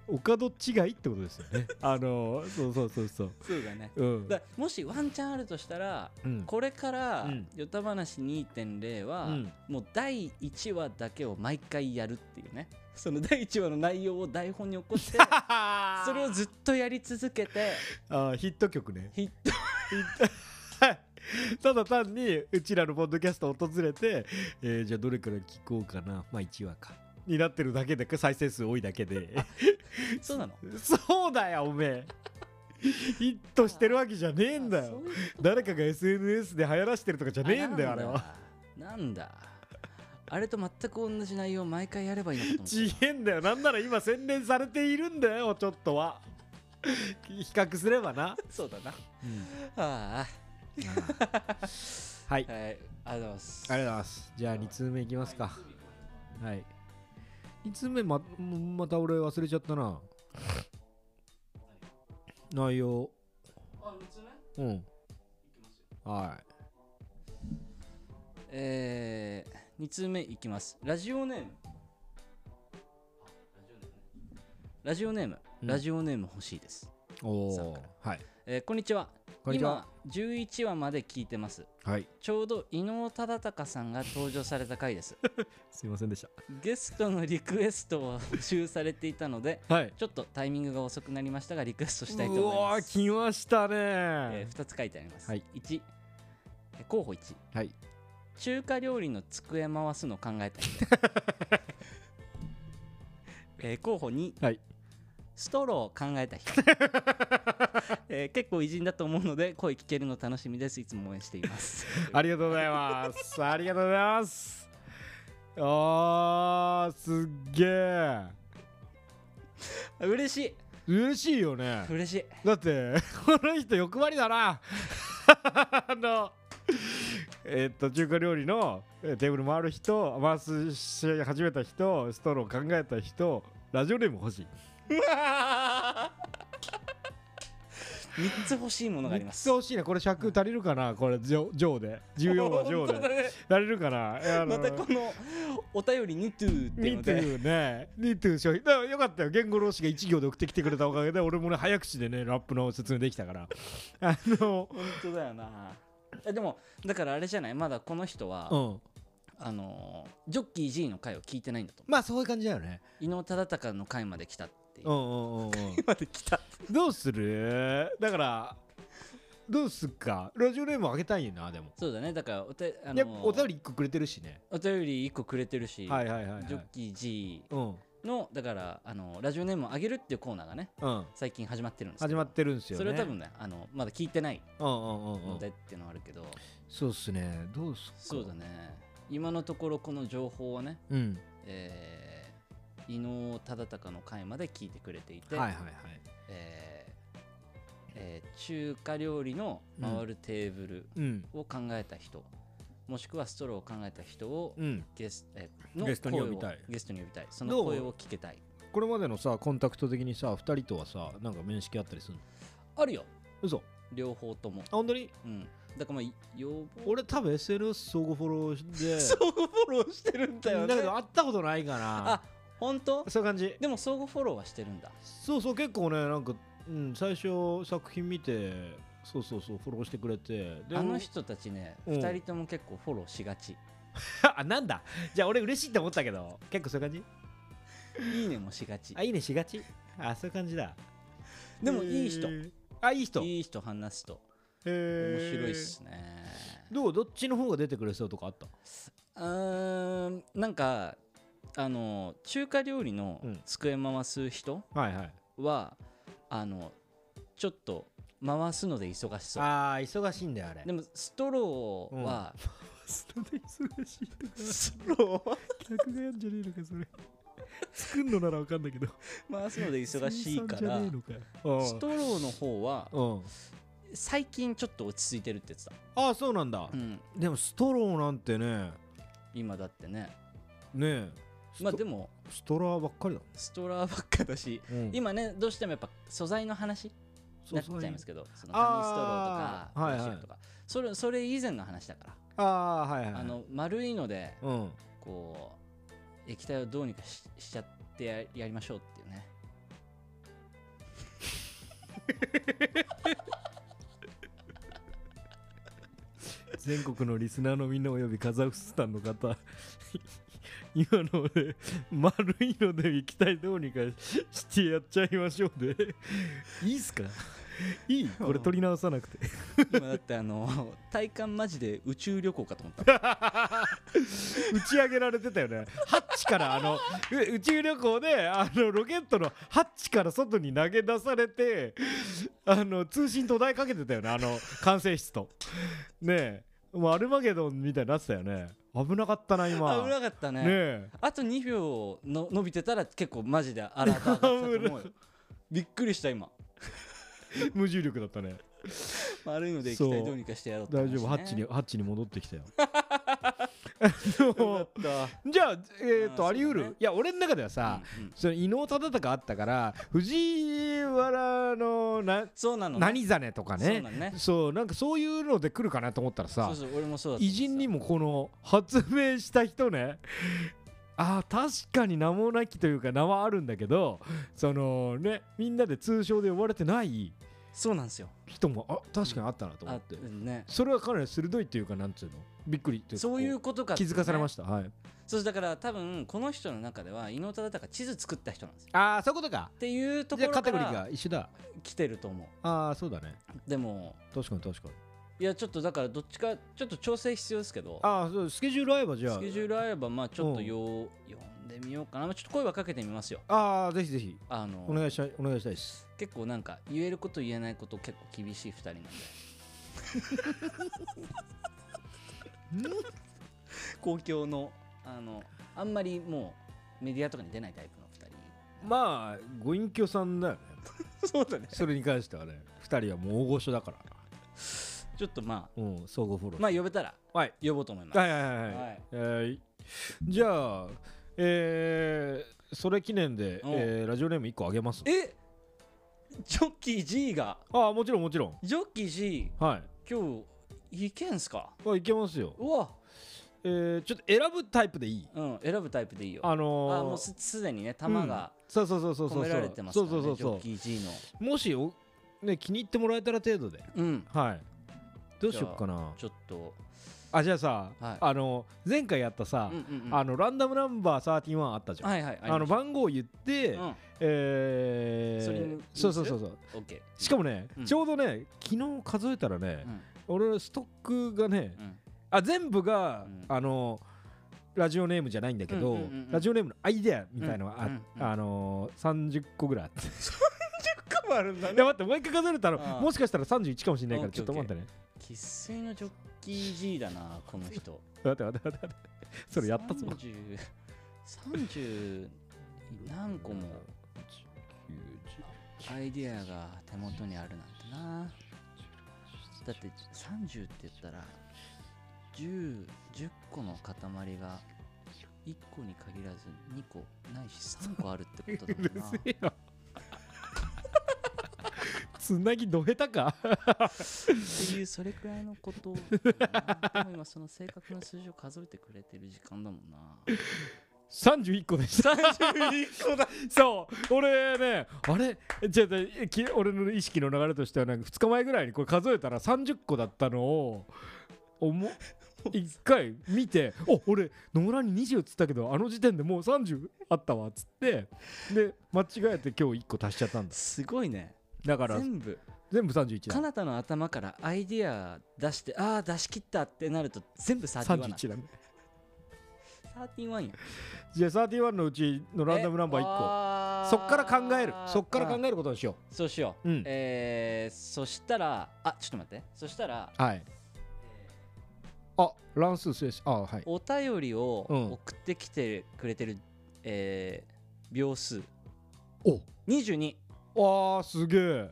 F: お門違いってことですよねあのそうそうそうそう
D: そうだね
F: うん
D: だもしワンチャンあるとしたら
F: うん
D: これから
F: うん
D: 「ヨタ話2.0」は
F: うん
D: もう第1話だけを毎回やるっていうねその第1話の内容を台本に起こして それをずっとやり続けて
F: あーヒット曲ね
D: ヒット
F: はい ただ単にうちらのポッドキャストを訪れて、えーじゃあどれから聞こうかなまあ1話かになってるだけで再生数多いだけで
D: そう なの
F: そうだよおめえヒットしてるわけじゃねえんだ
D: あそう
F: よ
D: いうこと
F: 誰かが SNS で流行らしてるとかじゃねえんだよ
D: あ
F: あれは
D: なんだなんだあれと全く同じ内容を毎回やればいいのかと思 って
F: ちげえんだよなんなら今洗練されているんだよちょっとは比較すればな、
D: たそうだな
F: うん
D: あ
F: はい
D: あはいありがとうございます
F: ありがとうございます。じゃあ2通目いきますか。はい。2通目ま、また俺忘れちゃったな。内容。うん。はい。
D: えー、2通目いきますラジオネームラジオネーム、
F: うん
D: ラジオネーム欲しいです、
F: お
D: さ
F: お
D: んか。
F: はい。
D: えーこんにちは
F: こんにちは。
D: 今11話まで聞いてます
F: はい。
D: ちょうど伊能忠敬さんが登場された回 です
F: すいませんでし
D: ゲストのリクエストを募集されていたので
F: た。はい。
D: ちょっとタイミングが遅くなりましたがリクエストしたいと
F: う
D: 思い
F: わ
D: ま
F: ー、
D: す、
F: 来ました
D: え
F: ね。
D: ー、2つ書いてあります、
F: はい
D: 1えー候補1
F: はい。
D: 中華料理の机回すの考 えたいえー候補に、
F: はい
D: ストローを考えた人、 えー結構偉人だと思うので声聞けるの楽しみですいつも応援しています
F: ありがとうございます。ありがとうございます。あー、すっげー。
D: 嬉しい
F: 嬉しいよね。
D: 嬉しい
F: だって この人欲張りだな あのえっと中華料理のえーテーブル回る人回すし始めた人ストロー考えた人ラジオネーム欲しい
D: 3つ欲しいものがありま
F: 3
D: す
F: つ欲しいねこれ尺足りるかなこれ上上で14は上
D: 本当だ
F: で
D: ね
F: 足りるかなえーあの
D: またこのお便りにトゥーっていうの
F: ニト
D: で
F: ゥーね、ニトゥー商品。だからよかったよ、言語老師が1行で送ってきてくれたおかげで、俺もね、早口でね、ラップの説明できたから。 あの、
D: 本当だよなえでもだからあれじゃないまだこの人は、
F: うん。
D: あのージョッキー G の回を聞いてないんだと思
F: まあ、そういう感じだよね。
D: う伊能忠敬の回まで来たっていう
F: うんうんうんうん。
D: まで来た
F: どうするだからどうすっかラジオネームあげたいよなでも、
D: そうだねだからおて、あのー
F: やっぱお便り1個くれてるしね
D: お便り1個くれてるし、
F: はいはいはい、はい、
D: ジョッキー G
F: うん
D: のだから、あのーラジオネームをあげるっていうコーナーがね
F: うん
D: 最近始まってるんですけ
F: 始
D: ど
F: まってるんすよ
D: そ
F: ね
D: れは多分ねあのまだ聞いてない
F: うんうんうんう
D: の
F: ん
D: でっていうのはあるけど、
F: そうっすねどうすっか
D: そうだね今のところこの情報はね、
F: うん
D: えー、伊能忠敬の回まで聞いてくれていて、
F: はいはいはい
D: えーえー中華料理の回るテーブル
F: うん
D: を考えた人、もしくはストローを考えた人を
F: うん
D: ゲス,、えーの
F: ゲストに呼びたい
D: 声をゲストに呼びたいその声を聞けたい
F: これまでのさコンタクト的にさ2人とはさなんか面識あったりするの
D: あるよ
F: 嘘あ
D: 両方とも、
F: 本当に
D: うん、だからまあ要望
F: 俺多分 SNS 相互フォロー で
D: 相互フォローしてるんだよね
F: だけど会ったことないかな
D: あ本当
F: そういう感じ
D: でも相互フォローはしてるんだ
F: そうそう結構ねなんか、うん、最初作品見てそうそうそうフォローしてくれてで
D: あの人たちね、
F: うん
D: 二人とも結構フォローしがち
F: あなんだじゃあ俺嬉しいって思ったけど結構そういう感じ
D: いいねもしがち
F: あいいねしがちあそういう感じだ
D: でもいい人
F: へーあいい人
D: いい人話すと面
F: へー
D: 白いっすね
F: どうどっちの方が出てくれそうとかあった
D: うーんなんかあの中華料理の
F: うん
D: 机回す人
F: はいはい
D: は、あのちょっと回すので忙しそう
F: ああ忙しいんだよあれ
D: でもストローは、
F: ストで忙しいとか
D: ストローは
F: 客がやんじゃねえのかそれ作んのならわかんだけど
D: 回すので忙しいからストローの方は
F: うん
D: 最近ちょっと落ち着いてるって言ってた、
F: ああそうなんだ、
D: うん、
F: でもストローなんてね
D: 今だってね
F: ねえ
D: まあ
F: スト
D: でも
F: ストラーばっかりだ、
D: ストラーばっかだし
F: うん
D: 今ねどうしてもやっぱ素材の話になっちゃいます
F: け
D: けどその紙ストロー
F: あ
D: とか
F: ーはい
D: ティ
F: はい
D: ッシュとかそれそれ以前の話だから、
F: どああはいはい
D: あの丸いので
F: うん
D: こう液体をどうにかししちゃってややりましょうっていうね
F: 全国のリスナーのみんなおよびカザフスタンの方 今ので丸いので液体どうにかしてやっちゃいましょうでいいっすかいいこれ取り直さなくて
D: 今だってあの体感マジで宇宙旅行かと思った
F: 打ち上げられてたよねハッチからあのう宇宙旅行であのロケットのハッチから外に投げ出されてあの通信途絶えかけてたよねあの管制室とねえもうアルマゲドンみたいになってたよね危なかったな今
D: 危なかったね
F: ねえ
D: あと2秒の伸びてたら結構マジでアラート上がってたと思うよびっくりした今
F: 無重力だったね
D: 丸いので液体どうにかしてやろうって話
F: 大
D: ね、
F: 丈夫ハッチにハッチに戻って きたよ
D: よかっ
F: じゃあえっ、
D: あー
F: とあり得る、
D: そうだね
F: いや俺の中では
D: た、
F: さ、
D: うんうん
F: その伊能忠敬あったから藤原のな
D: そうなのね、
F: 何ザネとか
D: そう
F: ね
D: なのね
F: そうなんかそういうので来るかなと思ったらさ
D: そうそう俺もそうだった
F: 偉人にもこの発明した人ね あー確かに名もなきというか名はあるんだけどそのねみんなで通称で呼ばれてない
D: そうなんですよ
F: 人もあ確かにあったなと思
D: あ
F: って、
D: うんね
F: それはかなり鋭いというかなんつうのびっくりというか
D: そういう
F: こ
D: こと
F: う
D: か、
F: 気づかされま
D: た
F: した、はい
D: そうだから多分この人の中では伊能忠敬地図作った人なんですよ
F: ああそういうことか
D: っていうとこ
F: じゃ
D: ろか
F: あカテゴリー
D: ら
F: が一緒だ
D: 来てると思
F: ああそうだね
D: うでも
F: 確かに確かに
D: いやちょっとだからどっちかちょっと調整必要ですけど
F: ああそうスケジュール合えばじゃあ
D: スケジュール合えばまあちょっとよ、読んでみようかなまあちょっと声はかけてみますよ
F: ああぜひぜひ
D: あ
F: お
D: の
F: 願いしたいお願いしたいです
D: 結構なんか言えること言えないこと結構厳しい2人なんで 公共のあのあんまりもうメディアとかに出ないタイプの2人
F: まあご隠居さんだよね
D: そうだね
F: それに関してはね2人はもう大御所だから
D: ちょっとま
F: うん相互フォロ
D: あ
F: ー
D: まあ呼べたら
F: はい
D: 呼ぼうと思います、
F: はいはいはい
D: は
F: はいい、はいじゃあえー、それ記念で、
D: うん
F: えーラジオネーム1個あげます
D: えジョッキー G が
F: ああもちろんもちろん
D: ジョッキー G
F: はい
D: 今日いけんすか
F: あいけますよ
D: うわ
F: えー、ちょっと選ぶタイプでいい
D: うん選ぶタイプでいいよ
F: あのー、
D: あもうすすでにね玉が
F: うんそうそうそうそうそ
D: 込
F: う
D: められてますからね、
F: そうそうそ
D: ジョ
F: う
D: ッキー G の
F: そうもしおね気に入ってもらえたら程度で
D: うん
F: はいどうしよっかな
D: ちょっと
F: あじゃあさ、
D: はい
F: あの前回やったさ、
D: うんうんうん
F: あのランダムナンバー31あったじゃん、
D: はいはい
F: あの番号言って、
D: うん
F: えー
D: それに
F: そうそうそうそう
D: オッケー
F: しかもね、
D: うん
F: ちょうどね昨日数えたらね、
D: うん
F: 俺ストックがね、
D: うん
F: あ全部
D: う
F: が、
D: ん
F: あのラジオネームじゃないんだけど、
D: うんうんうんうん
F: ラジオネームのアイデアみたいなのがあ,、
D: うんうんうん
F: あのー、30個ぐらいあって
D: 結構あるんだ
F: いや待ってもう一回数えるたら
D: ああ
F: もしかしたら31かもしれないから
D: オッ
F: ち
D: ケー
F: ょっと待ってね
D: 生粋のジョッキー G だなこの人
F: 待って待って待って待ってそれやった ぞ
D: 30 30何個もアイディアが手元にあるなんてなだって30って言ったら 10, 10個の塊が1個に限らず2個ないし3個あるってことだ
F: う
D: もん
F: る
D: な
F: せえよつなぎど下手か
D: っていうそれくらいのことだなでも今その正確な数字を数えてくれてる時間だもんな
F: 31個でした
D: 31個だ
F: そう俺ねあれじゃ俺の意識の流れとしてはなんか2日前ぐらいにこれ数えたら30個だったのを思一回見て「お俺野村に20」っつったけどあの時点でもう30あったわっつってで間違えて今日1個足しちゃったんだ
D: すごいね
F: だから
D: 全部
F: 全部31
D: か
F: だ
D: なたの頭からアイディア出してああ出し切ったってなると全部31なの
F: 31だね
D: 31やん
F: じゃあ31のうちのランダムナンバー1個
D: 1
F: そっから考えるそっから考えることにしよ
D: そうしよう、
F: うん
D: えー、そしたらあちょっと待ってそしたら
F: うはいあ乱数制止あはい
D: お便りを
F: うん
D: 送ってきてくれてる、えー秒数
F: お
D: 22
F: わあすげえ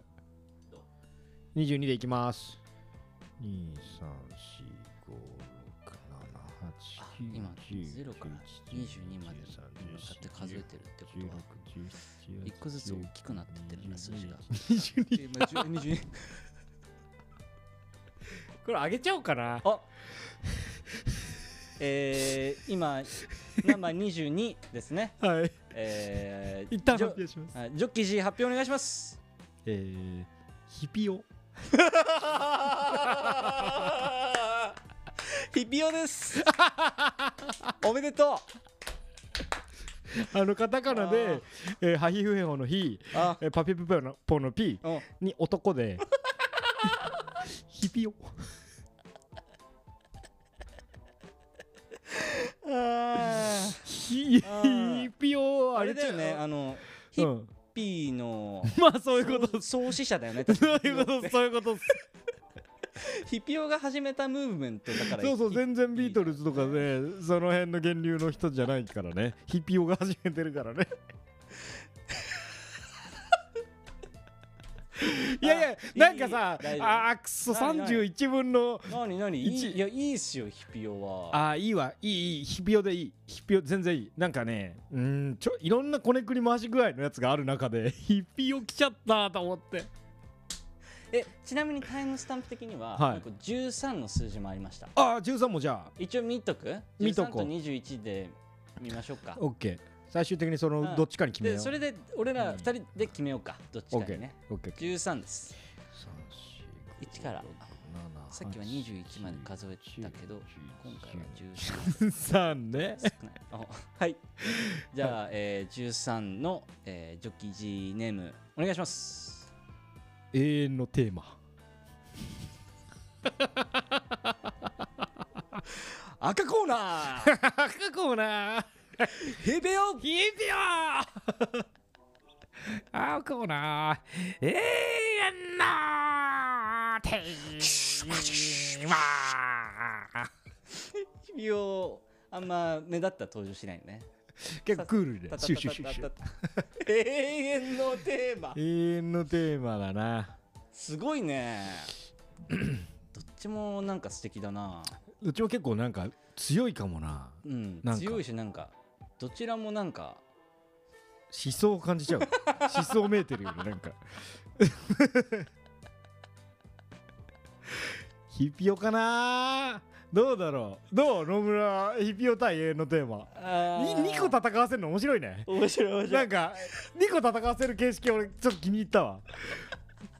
F: 22でいきます
D: あ今0から22まで向かって数えてるってことは一個ずつ大きくなってってるんだ数 字が
F: 22
D: 今22
F: これ上げちゃおうかな
D: あえー、今ナンバー22ですね
F: はい
D: えー、
F: 一旦
D: ジ
F: 発
D: ョ
F: 表します
D: あジョッキー G 発表お願いします
F: えーヒピオ
D: ピピオです。 おめでと
F: あのカタカナで、えーハヒフヘホのヒ
D: う。あ、
F: えーパピプペのポのピ
D: うん、
F: に 男でヒピオ
D: あ
F: ヒ
D: あー
F: ヒピオあ
D: れ
F: れ
D: だよね、あの、ヒ
F: う
D: ッ
F: ん
D: ピーの。
F: まあそういうことです
D: 創始者だよ ね。
F: そういうことですそういうことです
D: ヒピオが始めたムーブメントだから。
F: そうそう
D: ヒッ
F: 全然ビートルズとか ねその辺の源流の人じゃないからねヒピオが始めて るからねいやいやなんかさ
D: いいいい大丈夫
F: あーくそ
D: ないない
F: 31分の
D: なになに、い
F: 一
D: い、いや、いいっすよ、ヒピオは。
F: あーいいわいいいいヒピオでいいヒピオ全然いいなんかねうーんちょいろんなこねくり回し具合のやつがある中でヒピオ来ちゃったと思って
D: え、ちなみにタイムスタンプ的には、
F: はい
D: なんか13の数字もありました。
F: ああ13もじゃあ
D: 一応見とく。
F: 見とこう
D: 13と21で見ましょうか。
F: OK 最終的にそ
D: うん
F: のどっちかに決めよ
D: で、
F: う
D: それで、俺ら二人で決めようか。どっちかにね。
F: OK
D: 13です。
F: 1
D: 1からさっきは21まで数えたけど、今回は13
F: 3ね
D: 少ない。あはい。じゃあ、えー、13の、えージョッキー G ネーム、お願いします。
F: 永遠のテーマ
D: 赤コーナ ー
F: 赤コーナー
D: ヘベオ
F: ヒビオ青コーナー永遠のテーマ
D: ヘビオあんま目立った登場しないね。
F: 結構クールで
D: たた
F: シュ
D: た
F: シュシュシ
D: た
F: ュ
D: たた永遠のテ ーマ。
F: 永遠のテーマだな
D: すごい ね。どっちもなんか素敵だな。
F: うちも結構なんか強いかもな
D: うん
F: なん、か
D: 強いし、なんか、どちらもなんか、
F: 思想を感じちゃう思想めいてるよねなんか ヒピオかなどうだろうどう野村ヒピオ対永遠のテーマに
D: 2
F: 2個戦わせるの面白いね
D: 面白い面白
F: ないんか2個戦わせる形式俺ちょっと気に入ったわ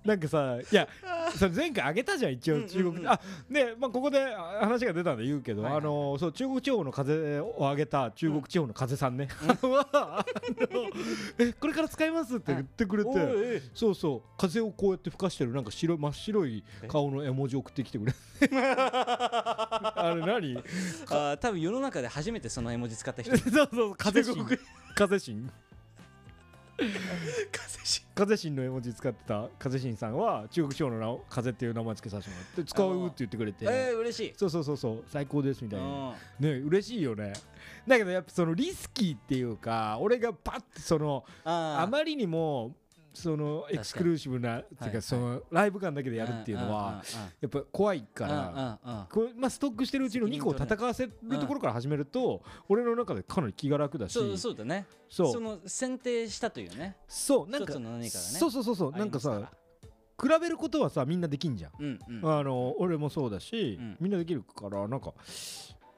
F: なんかさいやそれ前回あげたじゃん一応
D: う
F: 中国
D: んうんうん
F: あねまあここであ話が出たんで言うけど、
D: はいはいはい
F: あのそう中国地方の風をあげた中国地方の風さんね、は あのえこれから使いますって言ってくれて、
D: おい
F: そうそう風をこうやって吹かしてるなんか白い真っ白い顔の絵文字送ってきてくれ あれ何
D: あー多分世の中で初めてその絵文字使った人
F: そうそう風神風神 風神の絵文字使ってた風神さんは中国地方の名を風っていう名前つけさせてもらって使うって言ってくれて、
D: えー、嬉しい、
F: そうそうそうそう最高ですみた
D: う、
F: いなんね嬉しいよねだけどやっぱそのリスキーっていうか俺がパッてそのあ
D: あー
F: まりにもそのエクスクルーシブなっていう
D: はい
F: かそのライブ感だけでやるっていうのはやっぱ怖い
D: うん
F: か
D: うんうん
F: ら
D: うんうん
F: これまあ、ストックしてるうちの2個を戦わせるところから始めると、俺の中でかなり気が楽だし
D: そうそうだね
F: そう
D: その選定したというね
F: そうなんか
D: 一つの何かがね
F: そうそうそうそうなんか
D: あ
F: さ
D: ります
F: 比べることはさみんなできんじゃん、
D: らうんうん
F: あの俺もそうだし、
D: うん
F: みんなできるからなんか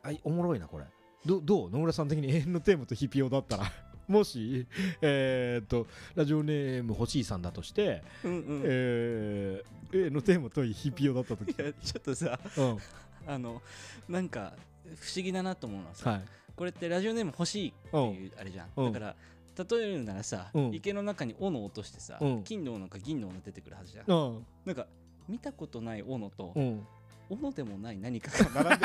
F: あいおもろいなこれどどう野村さん的に永遠のテーマとヒピオだったら もしえーっとラジオネーム欲しいさんだとして、
D: うんうん
F: えー、永遠のテーマとヒピオだった時
D: いやちょっとさ
F: うん
D: あのなんか不思議だなと思うのはさ、
F: はい
D: これってラジオネーム欲しいっていうあれじゃん、
F: うん
D: だから例えるならさ、
F: うん
D: 池の中に斧落としてさ、
F: うん
D: 金の斧か銀の斧出てくるはずじゃん、
F: うん
D: なんか見たことない斧と、
F: うん
D: 斧でもない何かが並んで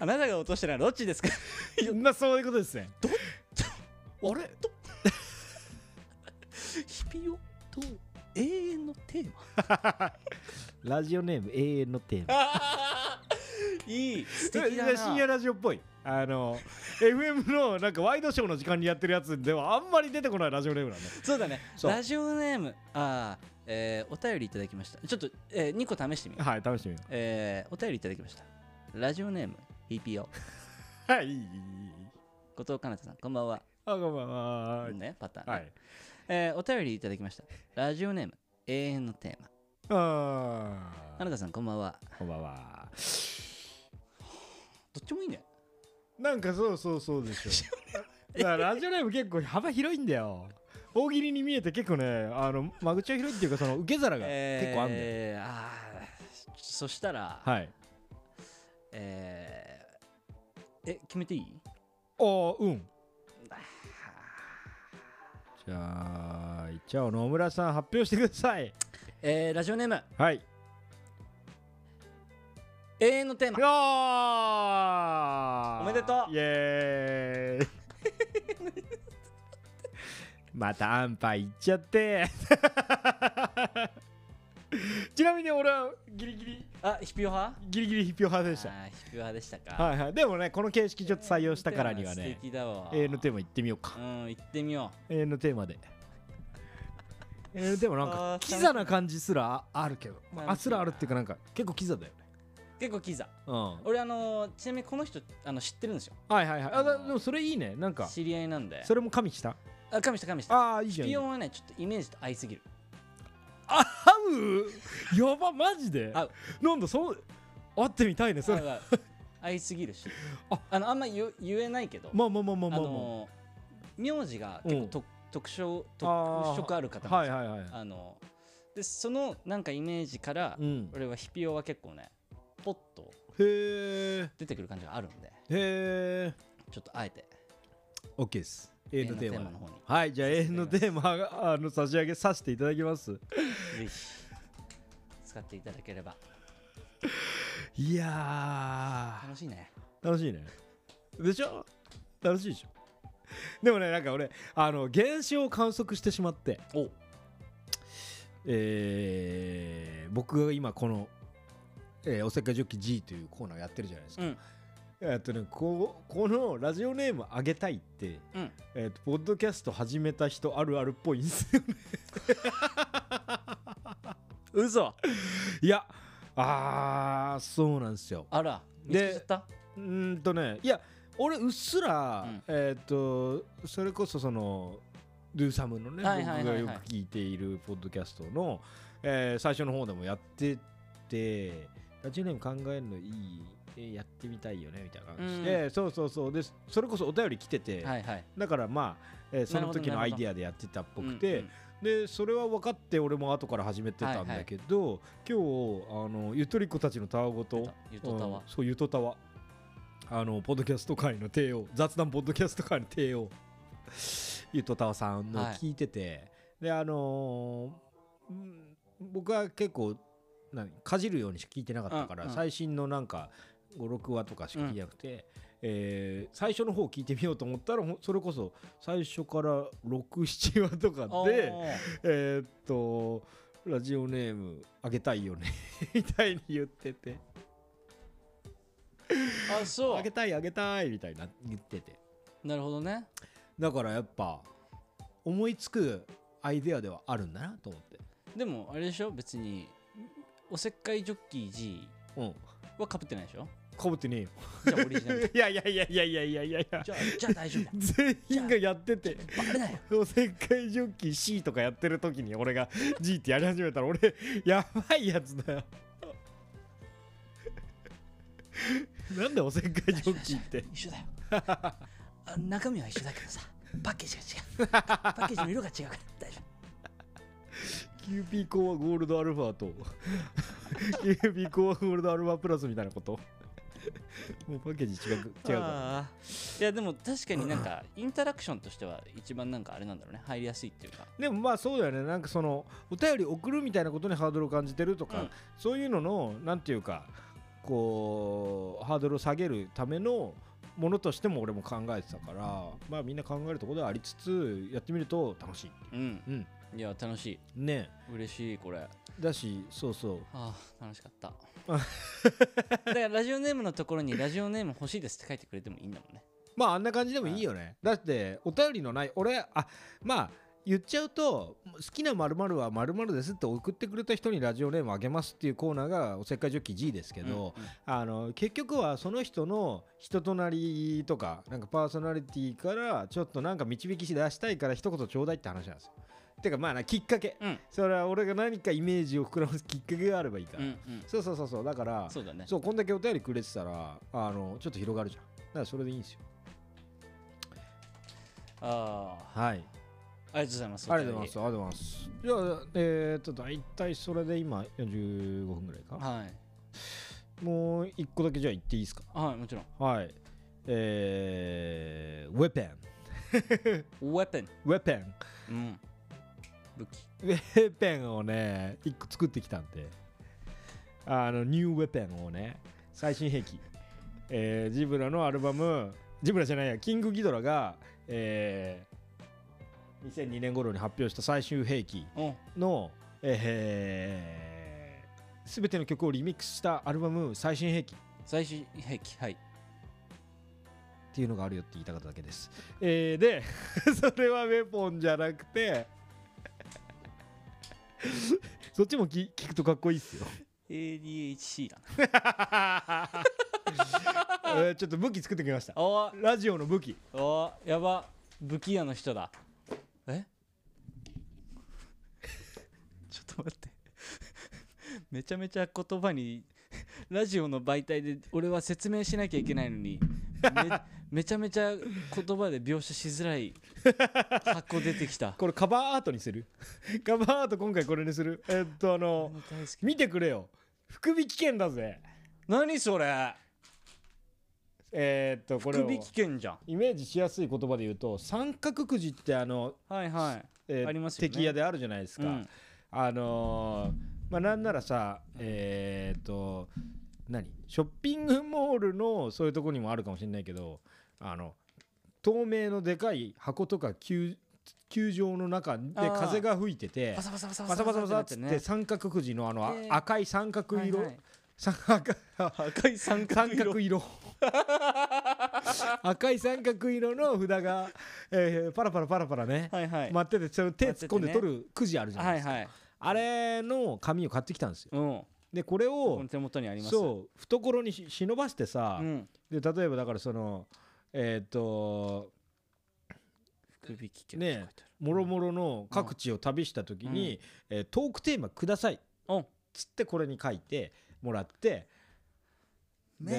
D: あなたが落としたのはどっちですか
F: まあそういうことですね
D: あれとヒピオと永遠のテーマ
F: ラジオネーム永遠のテー マ
D: あーいい素敵だな
F: 深夜ラジオっぽいあ の FM のなんかワイドショーの時間にやってるやつではあんまり出てこないラジオネームなんだ
D: そうだね
F: そう
D: ラジオネームあー、えーお便りいただきましたちょっと、え2個試してみよう、
F: はい試してみよ
D: えーお便りいただきましたラジオネームヒピオ
F: うはい
D: 後藤かなたさんこんばんは、
F: あこんばんは
D: ねパターンね、
F: はい
D: えーお便りいただきましたラジオネーム永遠のテーマ
F: あ
D: かなたさんこんばんは
F: こんばんは
D: どっちもいいね
F: なんかそうそうそうでしょだからラジオネーム結構幅広いんだよ大喜利に見えて結構ねあの間口が広いっていうかその受け皿が結構あんだよ、
D: えーあーそしたら、
F: はい
D: えーえ決めていい
F: ああ うんじゃあじゃあ野村さん発表してください
D: えーラジオネーム
F: はい
D: 永遠のテーマ
F: あー
D: おめでとう
F: イエ ーイまたアンパイ行っちゃって ちなみに俺はギリギリ
D: あヒピオ派
F: ギリギリ必票派でした
D: あーヒピオ派でしたか
F: はいはい、でもね、この形式ちょっと採用したからには
D: 素
F: ね、
D: 敵だわ。
F: 永遠のテーマ行ってみようか。
D: うん、行ってみよ
F: 永遠のテーマ で。永遠のテーマなん
D: あ
F: か
D: ー、
F: キザな感じすらああるけど、ま
D: 楽しい
F: あ、
D: な
F: あすらあるっていうか、なんか結構キザだよね。
D: う。結構キザ。
F: うん。はい
D: 俺、あのーちなみにこの人、あの知ってるんですよ。
F: はいはい。あだでもそれいいね、なんか、
D: 知り合いなんで。
F: それも加味した
D: あ、神した神した。
F: ああ、いいじゃん。い
D: ピ
F: いじ
D: オ
F: ゃん
D: ンはね、ちょっとイメージと合いすぎる。
F: あ合 うやば、マジで
D: 合う
F: なんだ、そう、会ってみたいね、そ
D: だ
F: れ。
D: から合いすぎるし。
F: あ
D: あの、あんま言言えないけど、
F: まあまあまあまあ
D: あ
F: まあま
D: のー名字が結構と特徴、
F: あー
D: 特色ある方
F: あ。
D: なん
F: は
D: ですよ。
F: いはいはい。
D: あのーで、そのなんかイメージから、
F: うん。
D: 俺はヒピオは結構ね、ポッと
F: へえ。
D: 出てくる感じがあるんで、
F: へえ。
D: ちょっとあえて。
F: オッケーです。永遠のテーマ
D: 永遠のテーマの方に
F: はい、じゃあ永遠のテーマがあの差し上げさせていただきます。
D: ぜひ使っていただければ
F: いや
D: 楽しいね。
F: ー、楽しいね。でしょ楽しいでしょでもね、なんか俺、あの、現象を観測してしまって、
D: お
F: えー、僕が今この、えーおせっかいジョッキ G というコーナーやってるじゃないですか。
D: うん
F: えーっとね、こうこのラジオネームあげたいって、
D: うん。
F: えーっとポッドキャスト始めた人あるあるっぽいんですよね。
D: 嘘
F: いや、あー、そうなんですよ。
D: あら、見つ
F: で
D: けちゃった
F: うーんとねいや俺うっすら、
D: うん
F: えーっ、とそれこそそのドゥサムのね、
D: はいはいはいはい
F: 僕がよく聞いているポッドキャストの、えー最初の方でもやっててラジオネーム考えるのいい、えーやってみたいよねみたいな感じで、そうそうそうでそれこそお便り来てて、
D: はいはい。
F: だからまあ、えーそ
D: なる
F: の
D: ほど
F: 時の
D: な
F: ア
D: る
F: イ
D: ほど
F: ディアでやってたっぽくて、でそれは分かって俺も後から始めてたんだけど、今日あのゆとりっ子たちのたわご
D: うんうん、
F: と
D: ゆとた
F: う
D: わ
F: ん。そうゆとたわあのポッドキャスト界の帝王雑談ポッドキャスト界の帝王ゆとたわさんの
D: はい
F: 聞いてて、であのーうん僕は結構何かじるようにしか聞いてなかったから、
D: うんうん
F: 最新のなんか56話とかしか聞いてなくて、えー最初の方聞いてみようと思ったらほんそれこそ最初から67話とかで。
D: おー
F: えーっと、ラジオネームあげたいよね みたいに言ってて、
D: あ、そ
F: あげ
D: う。
F: たいあげたいみたいな言ってて。
D: なるほどね。
F: だからやっぱ、思いつくアイデアではあるんだなと思って。
D: でも、あれでしょ別に、おせっかいジョッキー G
F: うん。
D: はかぶってないでしょ
F: かぶってね
D: じゃあオリジナ
F: えよ。
D: ル。
F: いやいやいやいやいやいやいやいや。
D: じゃあ、じゃあ大丈夫だ。
F: 全員がやってて。
D: バレないよ。
F: おせっかいジョッキー C とかやってる時に俺が G ってやり始めたら俺やばいやつだよなんでおせっかいジョッキーって
D: 一緒だよ。あ中身は一緒だけどさ、パッケージが違う。パッケージの色が違うから大丈夫。
F: キューピーコアゴールドアルファと キューピーコアゴールドアルファプラスみたいなこと もうパッケージ違う違うか
D: あーいやでも確かになんかインタラクションとしては一番なんかあれなんだろうね入りやすいっていうから
F: でもまあそうだよねなんかそのお便り送るみたいなことにハードルを感じてるとか、
D: うん
F: そういうののなんていうかこうハードルを下げるためのものとしても俺も考えてたから、まあみんな考えるところではありつつやってみると楽しい。
D: うん
F: うん、
D: いや楽しい
F: ね
D: 嬉しいこれは
F: だしそうそう
D: あ楽しかった だからラジオネームのところにラジオネーム欲しいですって書いてくれてもいいんだもんね
F: まああんな感じでもいいよね。だってお便りのない俺あまあ言っちゃうと好きな〇〇は〇〇ですって送ってくれた人にラジオネームあげますっていうコーナーがおせっかいジョッキー G ですけど、
D: うんうん
F: あの結局はその人の人となりとかなんかパーソナリティからちょっとなんか導き出したいから一言ちょうだいって話なんですよ。てかまあなきっかけ、
D: うん
F: それは俺が何かイメージを膨らますきっかけがあればいいから、
D: うんうん
F: そうそうそうそうだから
D: そうだね
F: そうこんだけお便りくれてたらあのちょっと広がるじゃんだからそれでいいんですよ
D: あ
F: はい
D: あありがとうございます
F: ありがとうございますありがとうございますじゃあえっと大体それで今45分ぐらいか
D: はい
F: もう1個だけじゃあ言っていいですか
D: はいもちろん
F: はいえー、ウェペン
D: Weapon
F: ウェペン
D: うん武器
F: ウェペンをね1個作ってきたんであのニューウェペンをね最新兵器、えージブラのアルバムジブラじゃないやキングギドラが、えー2002年頃に発表した最終兵器
D: お
F: の、えー、全ての曲をリミックスしたアルバム最新兵器
D: 最終兵器はい
F: っていうのがあるよって言いたかっただけです。えーで、 それはウェポンじゃなくて、 そっちもき聞くとかっこいいっすよ。
D: ADHC だな
F: えーちょっと武器作ってきました。
D: お
F: ラジオの武器。
D: おやば武器屋の人だえ ちょっと待ってめちゃめちゃ言葉にラジオの媒体で俺は説明しなきゃいけないのにめめ ちゃめちゃ言葉で描写しづらい 箱出てきた
F: これカバーアートにする カバーアート今回これにするえーっとあの、
D: 大好き
F: 見てくれよ。福引券だぜ。
D: 何それ
F: えーっと、これを
D: 首危険じゃん
F: イメージしやすい言葉で言うと、三角くじってあの、
D: はいはい
F: えー
D: ありますよね
F: 敵屋であるじゃないですか。
D: うん
F: あのーまあなんならさえっ、と何ショッピングモールのそういうとこにもあるかもしれないけどあの透明のでかい箱とか球球場の中で
D: あー
F: 風が吹いてて
D: バサバサバサ
F: バサバサバサっつって
D: ね
F: 三角くじのあのあ
D: えー
F: 赤い三角色、
D: はいはい
F: 三角
D: 赤い三角
F: 三
D: 色
F: 角色赤い三角色の札が、えーパラパラパラパラね、
D: はいはい、
F: 待っててその手突っ込ん
D: 待って
F: で
D: て
F: 取るくじあるじゃな
D: は
F: いで
D: い
F: すか、
D: はい
F: あれの紙を買ってきたんですよ。
D: うん
F: でこれ
D: こ
F: を
D: の手元にあります
F: そう懐にし忍ばしてさ、
D: うん、
F: で例えばだからそのえーっと
D: 福引き券
F: ねえ
D: って書いてある
F: もろもろの各地を旅した時に、えートークテーマくださいっ
D: お
F: つってこれに書いてもらってで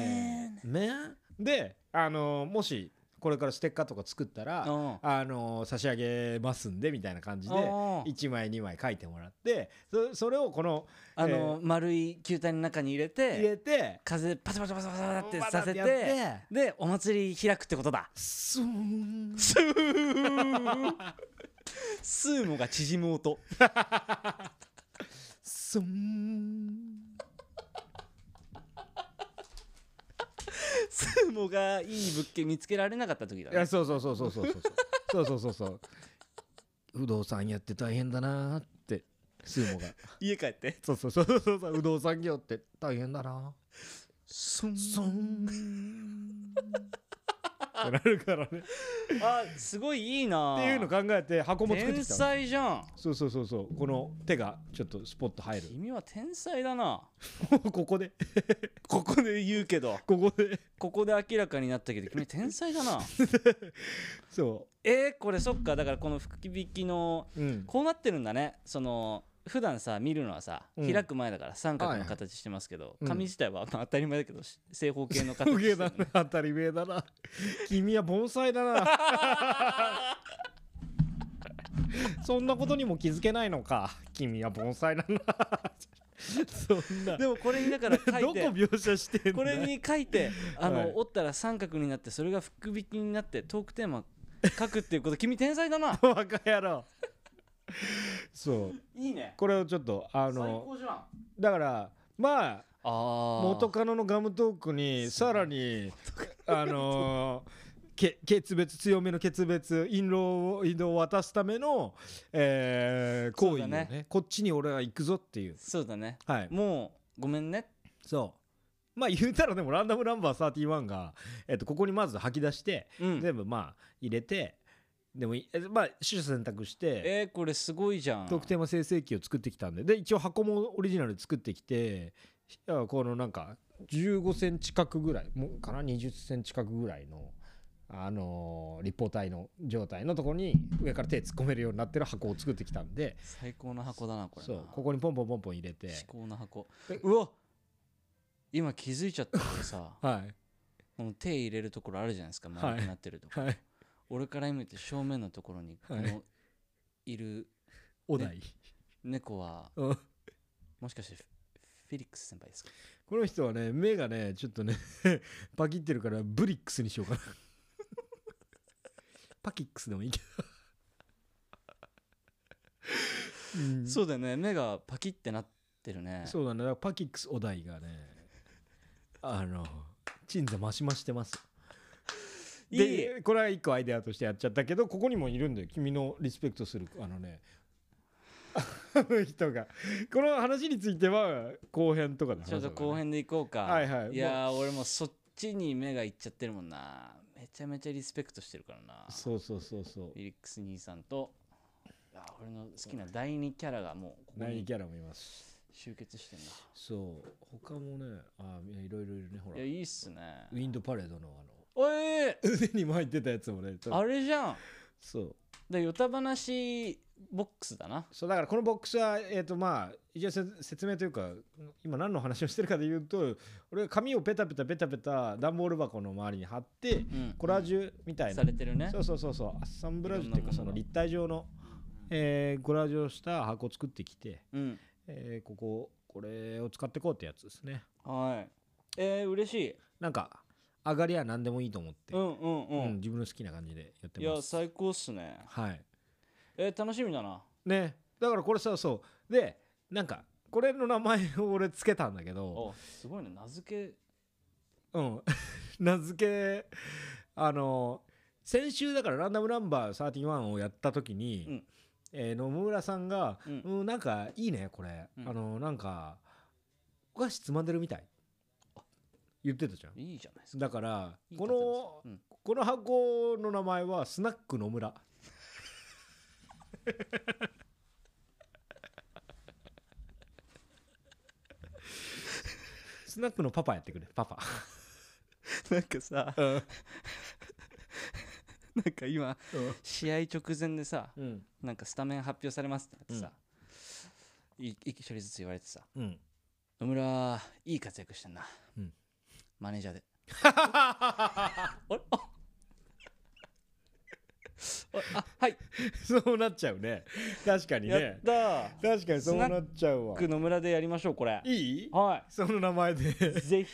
F: ねであのーもしこれからステッカーとか作ったら、
D: うん
F: あのー差し上げますんでみたいな感じで
D: あー
F: 1枚2枚書いてもらってそそれをこの
D: あの、丸い球体の中に入れ
F: 入
D: て
F: れて
D: 風パサパサパサパサって
F: バ
D: さ
F: ー
D: せ
F: って
D: て
F: やって
D: でお祭り開くってことだ
F: スー ン
D: スースーモが縮む音
F: スーン
D: スーモがいい物件見つけられなかった時だ
F: いや
D: ね
F: そうそうそうそうそうそうそうそうそうそうそう不動産やって大変だなーってスーモが
D: 家帰って
F: そうそうそうそうそう不動産業って大変だな
D: スン
F: スーンってなるからね
D: あすごいいいな
F: っていうの考えて箱も作って
D: 天
F: きたの
D: 才じゃん
F: そうそうそうそうこの手がちょっとスポッと入る
D: 君は天才だな
F: ここで
D: ここで言うけど
F: ここで
D: ここで明らかになったけど君天才だ な
F: そ
D: えー、これそっかだからこの吹き引きの
F: ううん
D: こうなってるんだねその普段さ見るのはさ、
F: うん
D: 開く前だから三角の形してますけど、紙自体は、まあ、当たり前だけどし正方形の形
F: す
D: して
F: げえ
D: るの
F: だ
D: ね
F: な当たり前だな君は盆栽だなそんなことにも気づけないのか君は盆栽だなそん な
D: でもこれにだから書
F: ど
D: い
F: こ
D: て
F: 描写してんだ
D: これに書いてあの、
F: はい
D: 折ったら三角になってそれが福引きになってトークテーマ書くっていうこと君天才だな
F: バカ野郎そう
D: いいね
F: これをちょっとあ
D: 最
F: の
D: 高じゃん
F: だからまあ
D: ああ
F: 元カノのガムトークにさらにあのーけ決別強めの決別印籠を印籠を渡すための、えー行為を
D: そう
F: ね
D: だね
F: こっちに俺は行くぞっていう
D: そうだね
F: はい
D: もうごめんね
F: そうまあ言うたらでもランダムナンバー31が、えっとここにまず吐き出して、
D: うん
F: 全部まあ入れてでもいえまあ取捨選択して
D: えー、これすごいじゃん
F: 特定も生成器を作ってきたんでで一応箱もオリジナルで作ってきてひあこのなんか15センチ角ぐらいもうかな20センチ角ぐらいの。あのー立方体の状態のところに上から手突っ込めるようになってる箱を作ってきたんで
D: 最高の箱だなこれな
F: そうここにポンポンポンポン入れて
D: 至高の箱
F: え
D: うわ今気づいちゃったけど さ
F: はい
D: この手入れるところあるじゃないですか
F: い
D: 丸くなってるとこ、
F: はい
D: 俺から見て正面のところにこ
F: はい
D: のいる
F: お題、
D: 猫は
F: うん
D: もしかしてフフェリックス先輩ですか
F: この人はね目がねちょっとね パキってるからブリックスにしようかな パキックスでもいいけど、うん
D: そうだよね目がパキってなってるね
F: そうだねだからパキックスお題がねあの鎮座増し増してます
D: いい
F: でこれは一個アイデアとしてやっちゃったけどここにもいるんだよ君のリスペクトするあのねあの人がこの話については後編とかで話
D: ちょ
F: そう
D: っ
F: か
D: と
F: な
D: 後編で行こうか
F: はいはい
D: やー俺もうそっちに目がいっちゃってるもんなめちゃめちゃリスペクトしてるからな
F: そうそうそうそう
D: フィリックス兄さんといやー俺の好きな第二キャラがもうここ
F: 第二
D: に
F: キャラもいます
D: 集結してんだ
F: そう他もねあいやいろいろいるねほら
D: いや
F: ウ
D: いいっすね
F: ィンドパレードのあの
D: おい
F: 腕に巻いてたやつもね
D: あれじゃん
F: そう
D: でヨタ話ボックスだな
F: そうだからこのボックスはえっ、とまあ一応せ説明というか今何の話をしてるかで言うと俺が紙をペタペタペタペタ段ボール箱の周りに貼って
D: うん
F: コラージュみたいな、
D: されてるね
F: そうそうそうそうアッサンブラージュっていうか
D: いろ
F: そ
D: んなものが
F: の立体状の、えーコラージュをした箱を作ってきて、
D: うん
F: えーこここれを使ってこうってやつですね
D: はいえー、嬉しい
F: なんか上がりは何でもいいと思って
D: う、んうんうん、
F: うん自分の好きな感じでやって
D: いや
F: ます
D: 最高っすね
F: はい
D: えー、楽しみだな
F: ねだからこれさそうでなんかこれの名前を俺つけたんだけど
D: おすごいね名付け
F: うん 名付けあの先週だからランダムナンバー31をやった時に、
D: うん
F: えー野々村さんが
D: うん
F: 「うん、なんかいいねこれ、
D: うん
F: あのなんかお菓子つまんでるみたい」言ってたじゃん
D: いいじゃないですか
F: だから
D: いい
F: こ
D: 方
F: の、
D: です
F: この箱の名前はスナック野 村スナックのパパやってくれパパ
D: うん、なんかさなんか今試合直前でさ
F: うん
D: なんかスタメン発表されますってなってさ、い一人ずつ言われてさ
F: うん
D: 野村いい活躍してんな、
F: うん
D: マネージャーであれあああはい、
F: そうなっちゃうね確かに
D: やっ
F: ね
D: たー
F: 確かにそうなっちゃうわ
D: 僕野村でやりましょうこれ
F: いい
D: は
F: その名前
D: い
F: で
D: ぜひ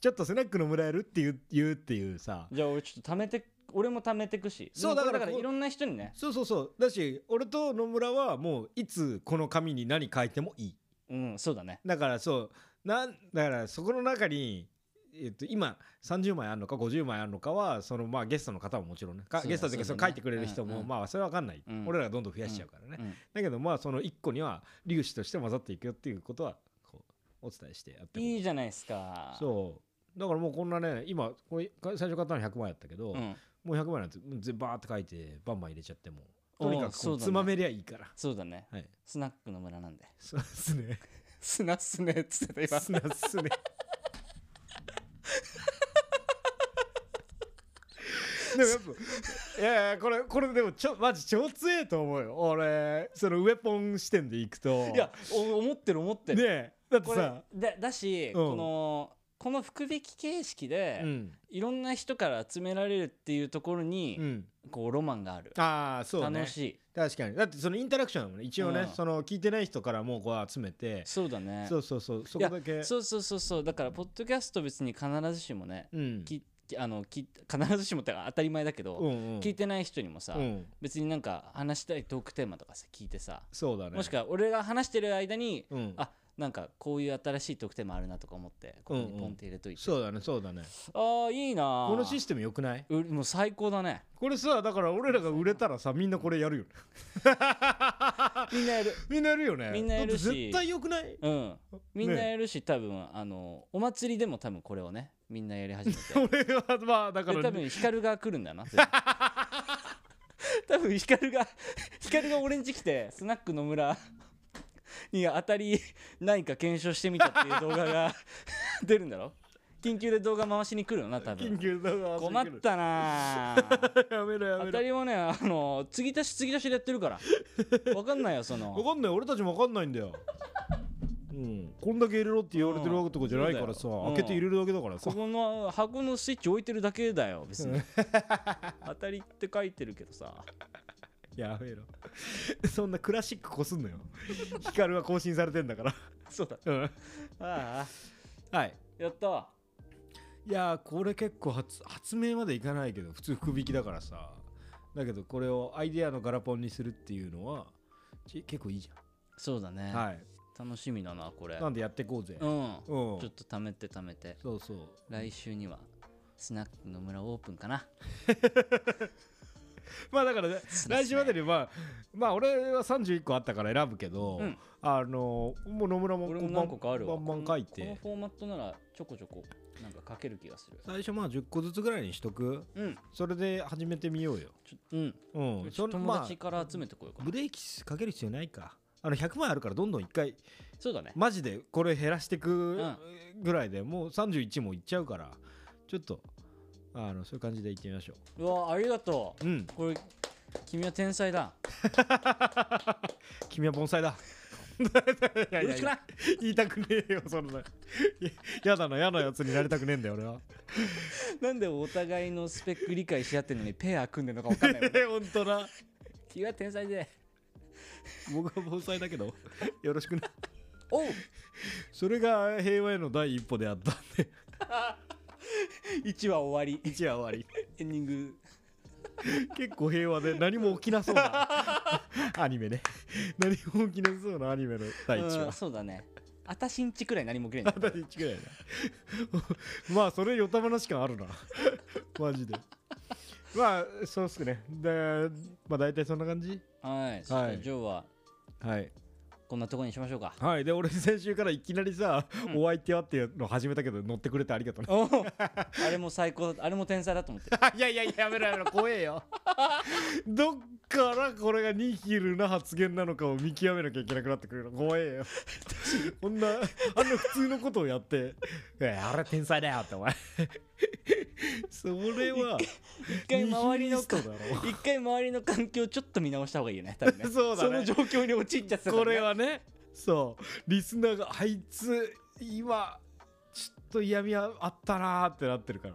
F: ちょっとスナック野村やるって言う言うっていうさ
D: じゃあ俺ちょっと貯めて俺も貯めてくし
F: そう
D: でも
F: だか
D: これだか
F: ら
D: ら
F: こう
D: いろんな人にね
F: そうそうそうだし俺と野村はもういつこの紙に何書いてもいい
D: うんそうだね
F: だからそうなんだからそこの中に、えっと、今30枚あるのか50枚あるのかはそのまあゲストの方ももちろんねか
D: そうだ
F: ゲストというか
D: そ
F: そうの
D: だね
F: 書いてくれる人
D: うん
F: も
D: うん
F: まあそれは分かんない、
D: うん
F: 俺らがどんどん増やしちゃうからね、
D: うん
F: だけどまあその1個には粒子として混ざっていくよっていうことはこうお伝えしてやって
D: いい
F: い
D: じゃないですか
F: そうだからもうこんなね今これか最初買ったの100枚やったけど、
D: うん、
F: もう100枚なんてうんぜバーって書いてバンバン入れちゃっても
D: おう
F: とにかく
D: そうだ
F: こう
D: ね
F: つまめりゃいいから、
D: そうだね
F: はい
D: スナック野村なんで
F: そうですね
D: スナスネっつってた
F: すな すね。でもやっぱいやいやこれこれでもちょマジ超強えと思うよ俺そのウェポン視点でいくと
D: いやお思ってる思って
F: ね
D: る
F: えだって
D: これ
F: さ
D: だだし、
F: うん
D: このこの福引き形式で、
F: うん
D: いろんな人から集められるっていうところに、
F: うん
D: こうロマンがある、
F: ああそうね
D: 楽しい
F: 確かにだってそのインタラクションだもんね一応ね、
D: うん
F: その聞いてない人からもうこう集めて
D: そうだね
F: そうそうそうそこだけ
D: そうそうそうそうだからポッドキャスト別に必ずしもね、
F: うん
D: ききあのき必ずしもって当たり前だけど、
F: うんうん
D: 聞いてない人にもさ、
F: うん
D: 別になんか話したいトークテーマとかさ聞いてさ、
F: そうだね
D: もしくは俺が話してる間に、
F: うん
D: あなんかこういう新しい特典もあるなとか思ってここにポンって入れといて、
F: そうだねそうだね
D: ああいいなー
F: このシステムよくないう
D: もう最高だね
F: これさだから俺らが売れたらさみんなこれやるよね
D: みんなやる
F: みんなやるよね
D: みんなやるし
F: だって絶対よくない
D: うんみんなやるし、多分あのお祭りでも多分これをねみんなやり始めて
F: 俺はまあだか
D: で
F: ら
D: 多分光が来るんだよな 多分光が光が俺ん家来てスナックの村に当たりないか検証してみたっていう動画が 出るんだろ緊急で動画回しに来るよな多
F: 緊
D: 分
F: 急だわ
D: 困ったなあ
F: やめろや
D: 当
F: め
D: た
F: ろ
D: りもねあの継ぎ足し継ぎ足しでやってるから分かんないよその
F: わかんない俺たちもわかんない んだようんこんだけ入れろって言われてるわけとかじゃないからさ
D: うん
F: 開けて入れるだけだからさ
D: ここの箱のスイッチ置いてるだけだよ別に当たりって書いてるけどさ
F: やめろ そんなクラシックこすんのよ ヒカルは更新されてんだから
D: そうだ
F: うん
D: あ
F: はい
D: あやった
F: いやーこれ結構発発明までいかないけど普通福引きだからさだけどこれをアイデアのガラポンにするっていうのはち結構いいじ
D: そうだね
F: ゃん、はい
D: 楽しみだなこれ
F: なんでやっていこうぜ
D: う
F: うん
D: んちょ
F: そ
D: っと貯めて貯めて
F: うそう
D: 来週にはスナックの村オープンかな
F: まあだから、ね、
D: すね
F: 来週までにまあまあ俺は31個あったから選ぶけど、
D: うん
F: あのーもう野村も
D: 俺
F: こ
D: も
F: う
D: 何個かあるわ
F: バンバン書い
D: この
F: て
D: フォーマットならちょこちょこなんか書ける気がする
F: 最初まあ10個ずつぐらいにしとく
D: うん
F: それで始めてみようよ
D: ちょうん
F: うん
D: ちょ
F: その
D: 友
F: ま
D: 達
F: あ
D: から集めてこようかな
F: ブレーキかける必要ないかあの100枚あるからどんどん一回
D: そうだね
F: マジでこれ減らしてく
D: うん
F: ぐらいで、もう31もいっちゃうからちょっとあのそういう感じでいってみましょ
D: うわありがと
F: ううん
D: うこれ君は天才だ
F: 君は盆栽だ いや
D: よ
F: いや
D: ろ
F: い
D: しく
F: や
D: な
F: 言いたくねえよそんなやだな嫌なやつになりたくねえんだよ俺は
D: なんでお互いのスペック理解し合ってんのにペア組んでるのか分かん ないもんね
F: え 本当な
D: 君は天才で
F: 僕は盆栽だけどよろしくな
D: おう
F: それが平和への第一歩であったんで
D: 1話終わり
F: 一夜終わ
D: エンディング
F: り結構平和で何も起きなそうな アニメね何も起きなそうなアニメの第一
D: うん
F: 話
D: そうだねあたしんちくらい何も起きないんだ
F: 第一ぐらいだ まあそれよた話感あるな マジでまあそうっすねでまあ大体そんな感じ
D: はいそしたらジョーは
F: はい、
D: こんなとこにしましょうか
F: はい、で俺先週からいきなりさ、お相手はっていうの始めたけど乗ってくれてありがとうね
D: おう あれも最高だあれも天才だと思っ てる
F: いやいややめろやめろ怖え よどっからこれがニヒルな発言なのかを見極めなきゃいけなくなってくるの怖 えよこんなあんな普通のことをやって 「えあれ天才だよ」ってお前 それは
D: 一回周りの
F: ニヒ
D: か
F: リストだろ
D: 一回周りの環境ちょっと見直した方がいいよね多分ね
F: そうだね
D: その状況に陥っちゃってたからね
F: これはねそうリスナーがあいつ今ちょっと嫌味あったなーってなってるから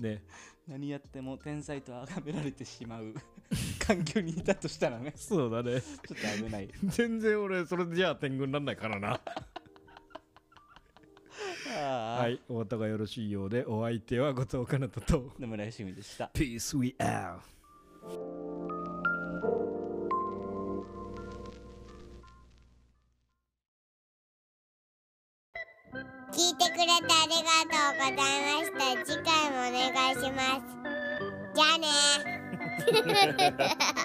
F: ね
D: 何やっても天才と崇められてしま う環境にいたとしたらね
F: そうだね
D: ちょっと危ない
F: 全然俺それじゃあ天狗になんないからな
D: は
F: はいおたがよろしいようでお相手は後藤かなたと
D: 野村よしみでした
F: Peace we out
E: 「聞いてくれてありがとうございました次回もお願いしますじゃあね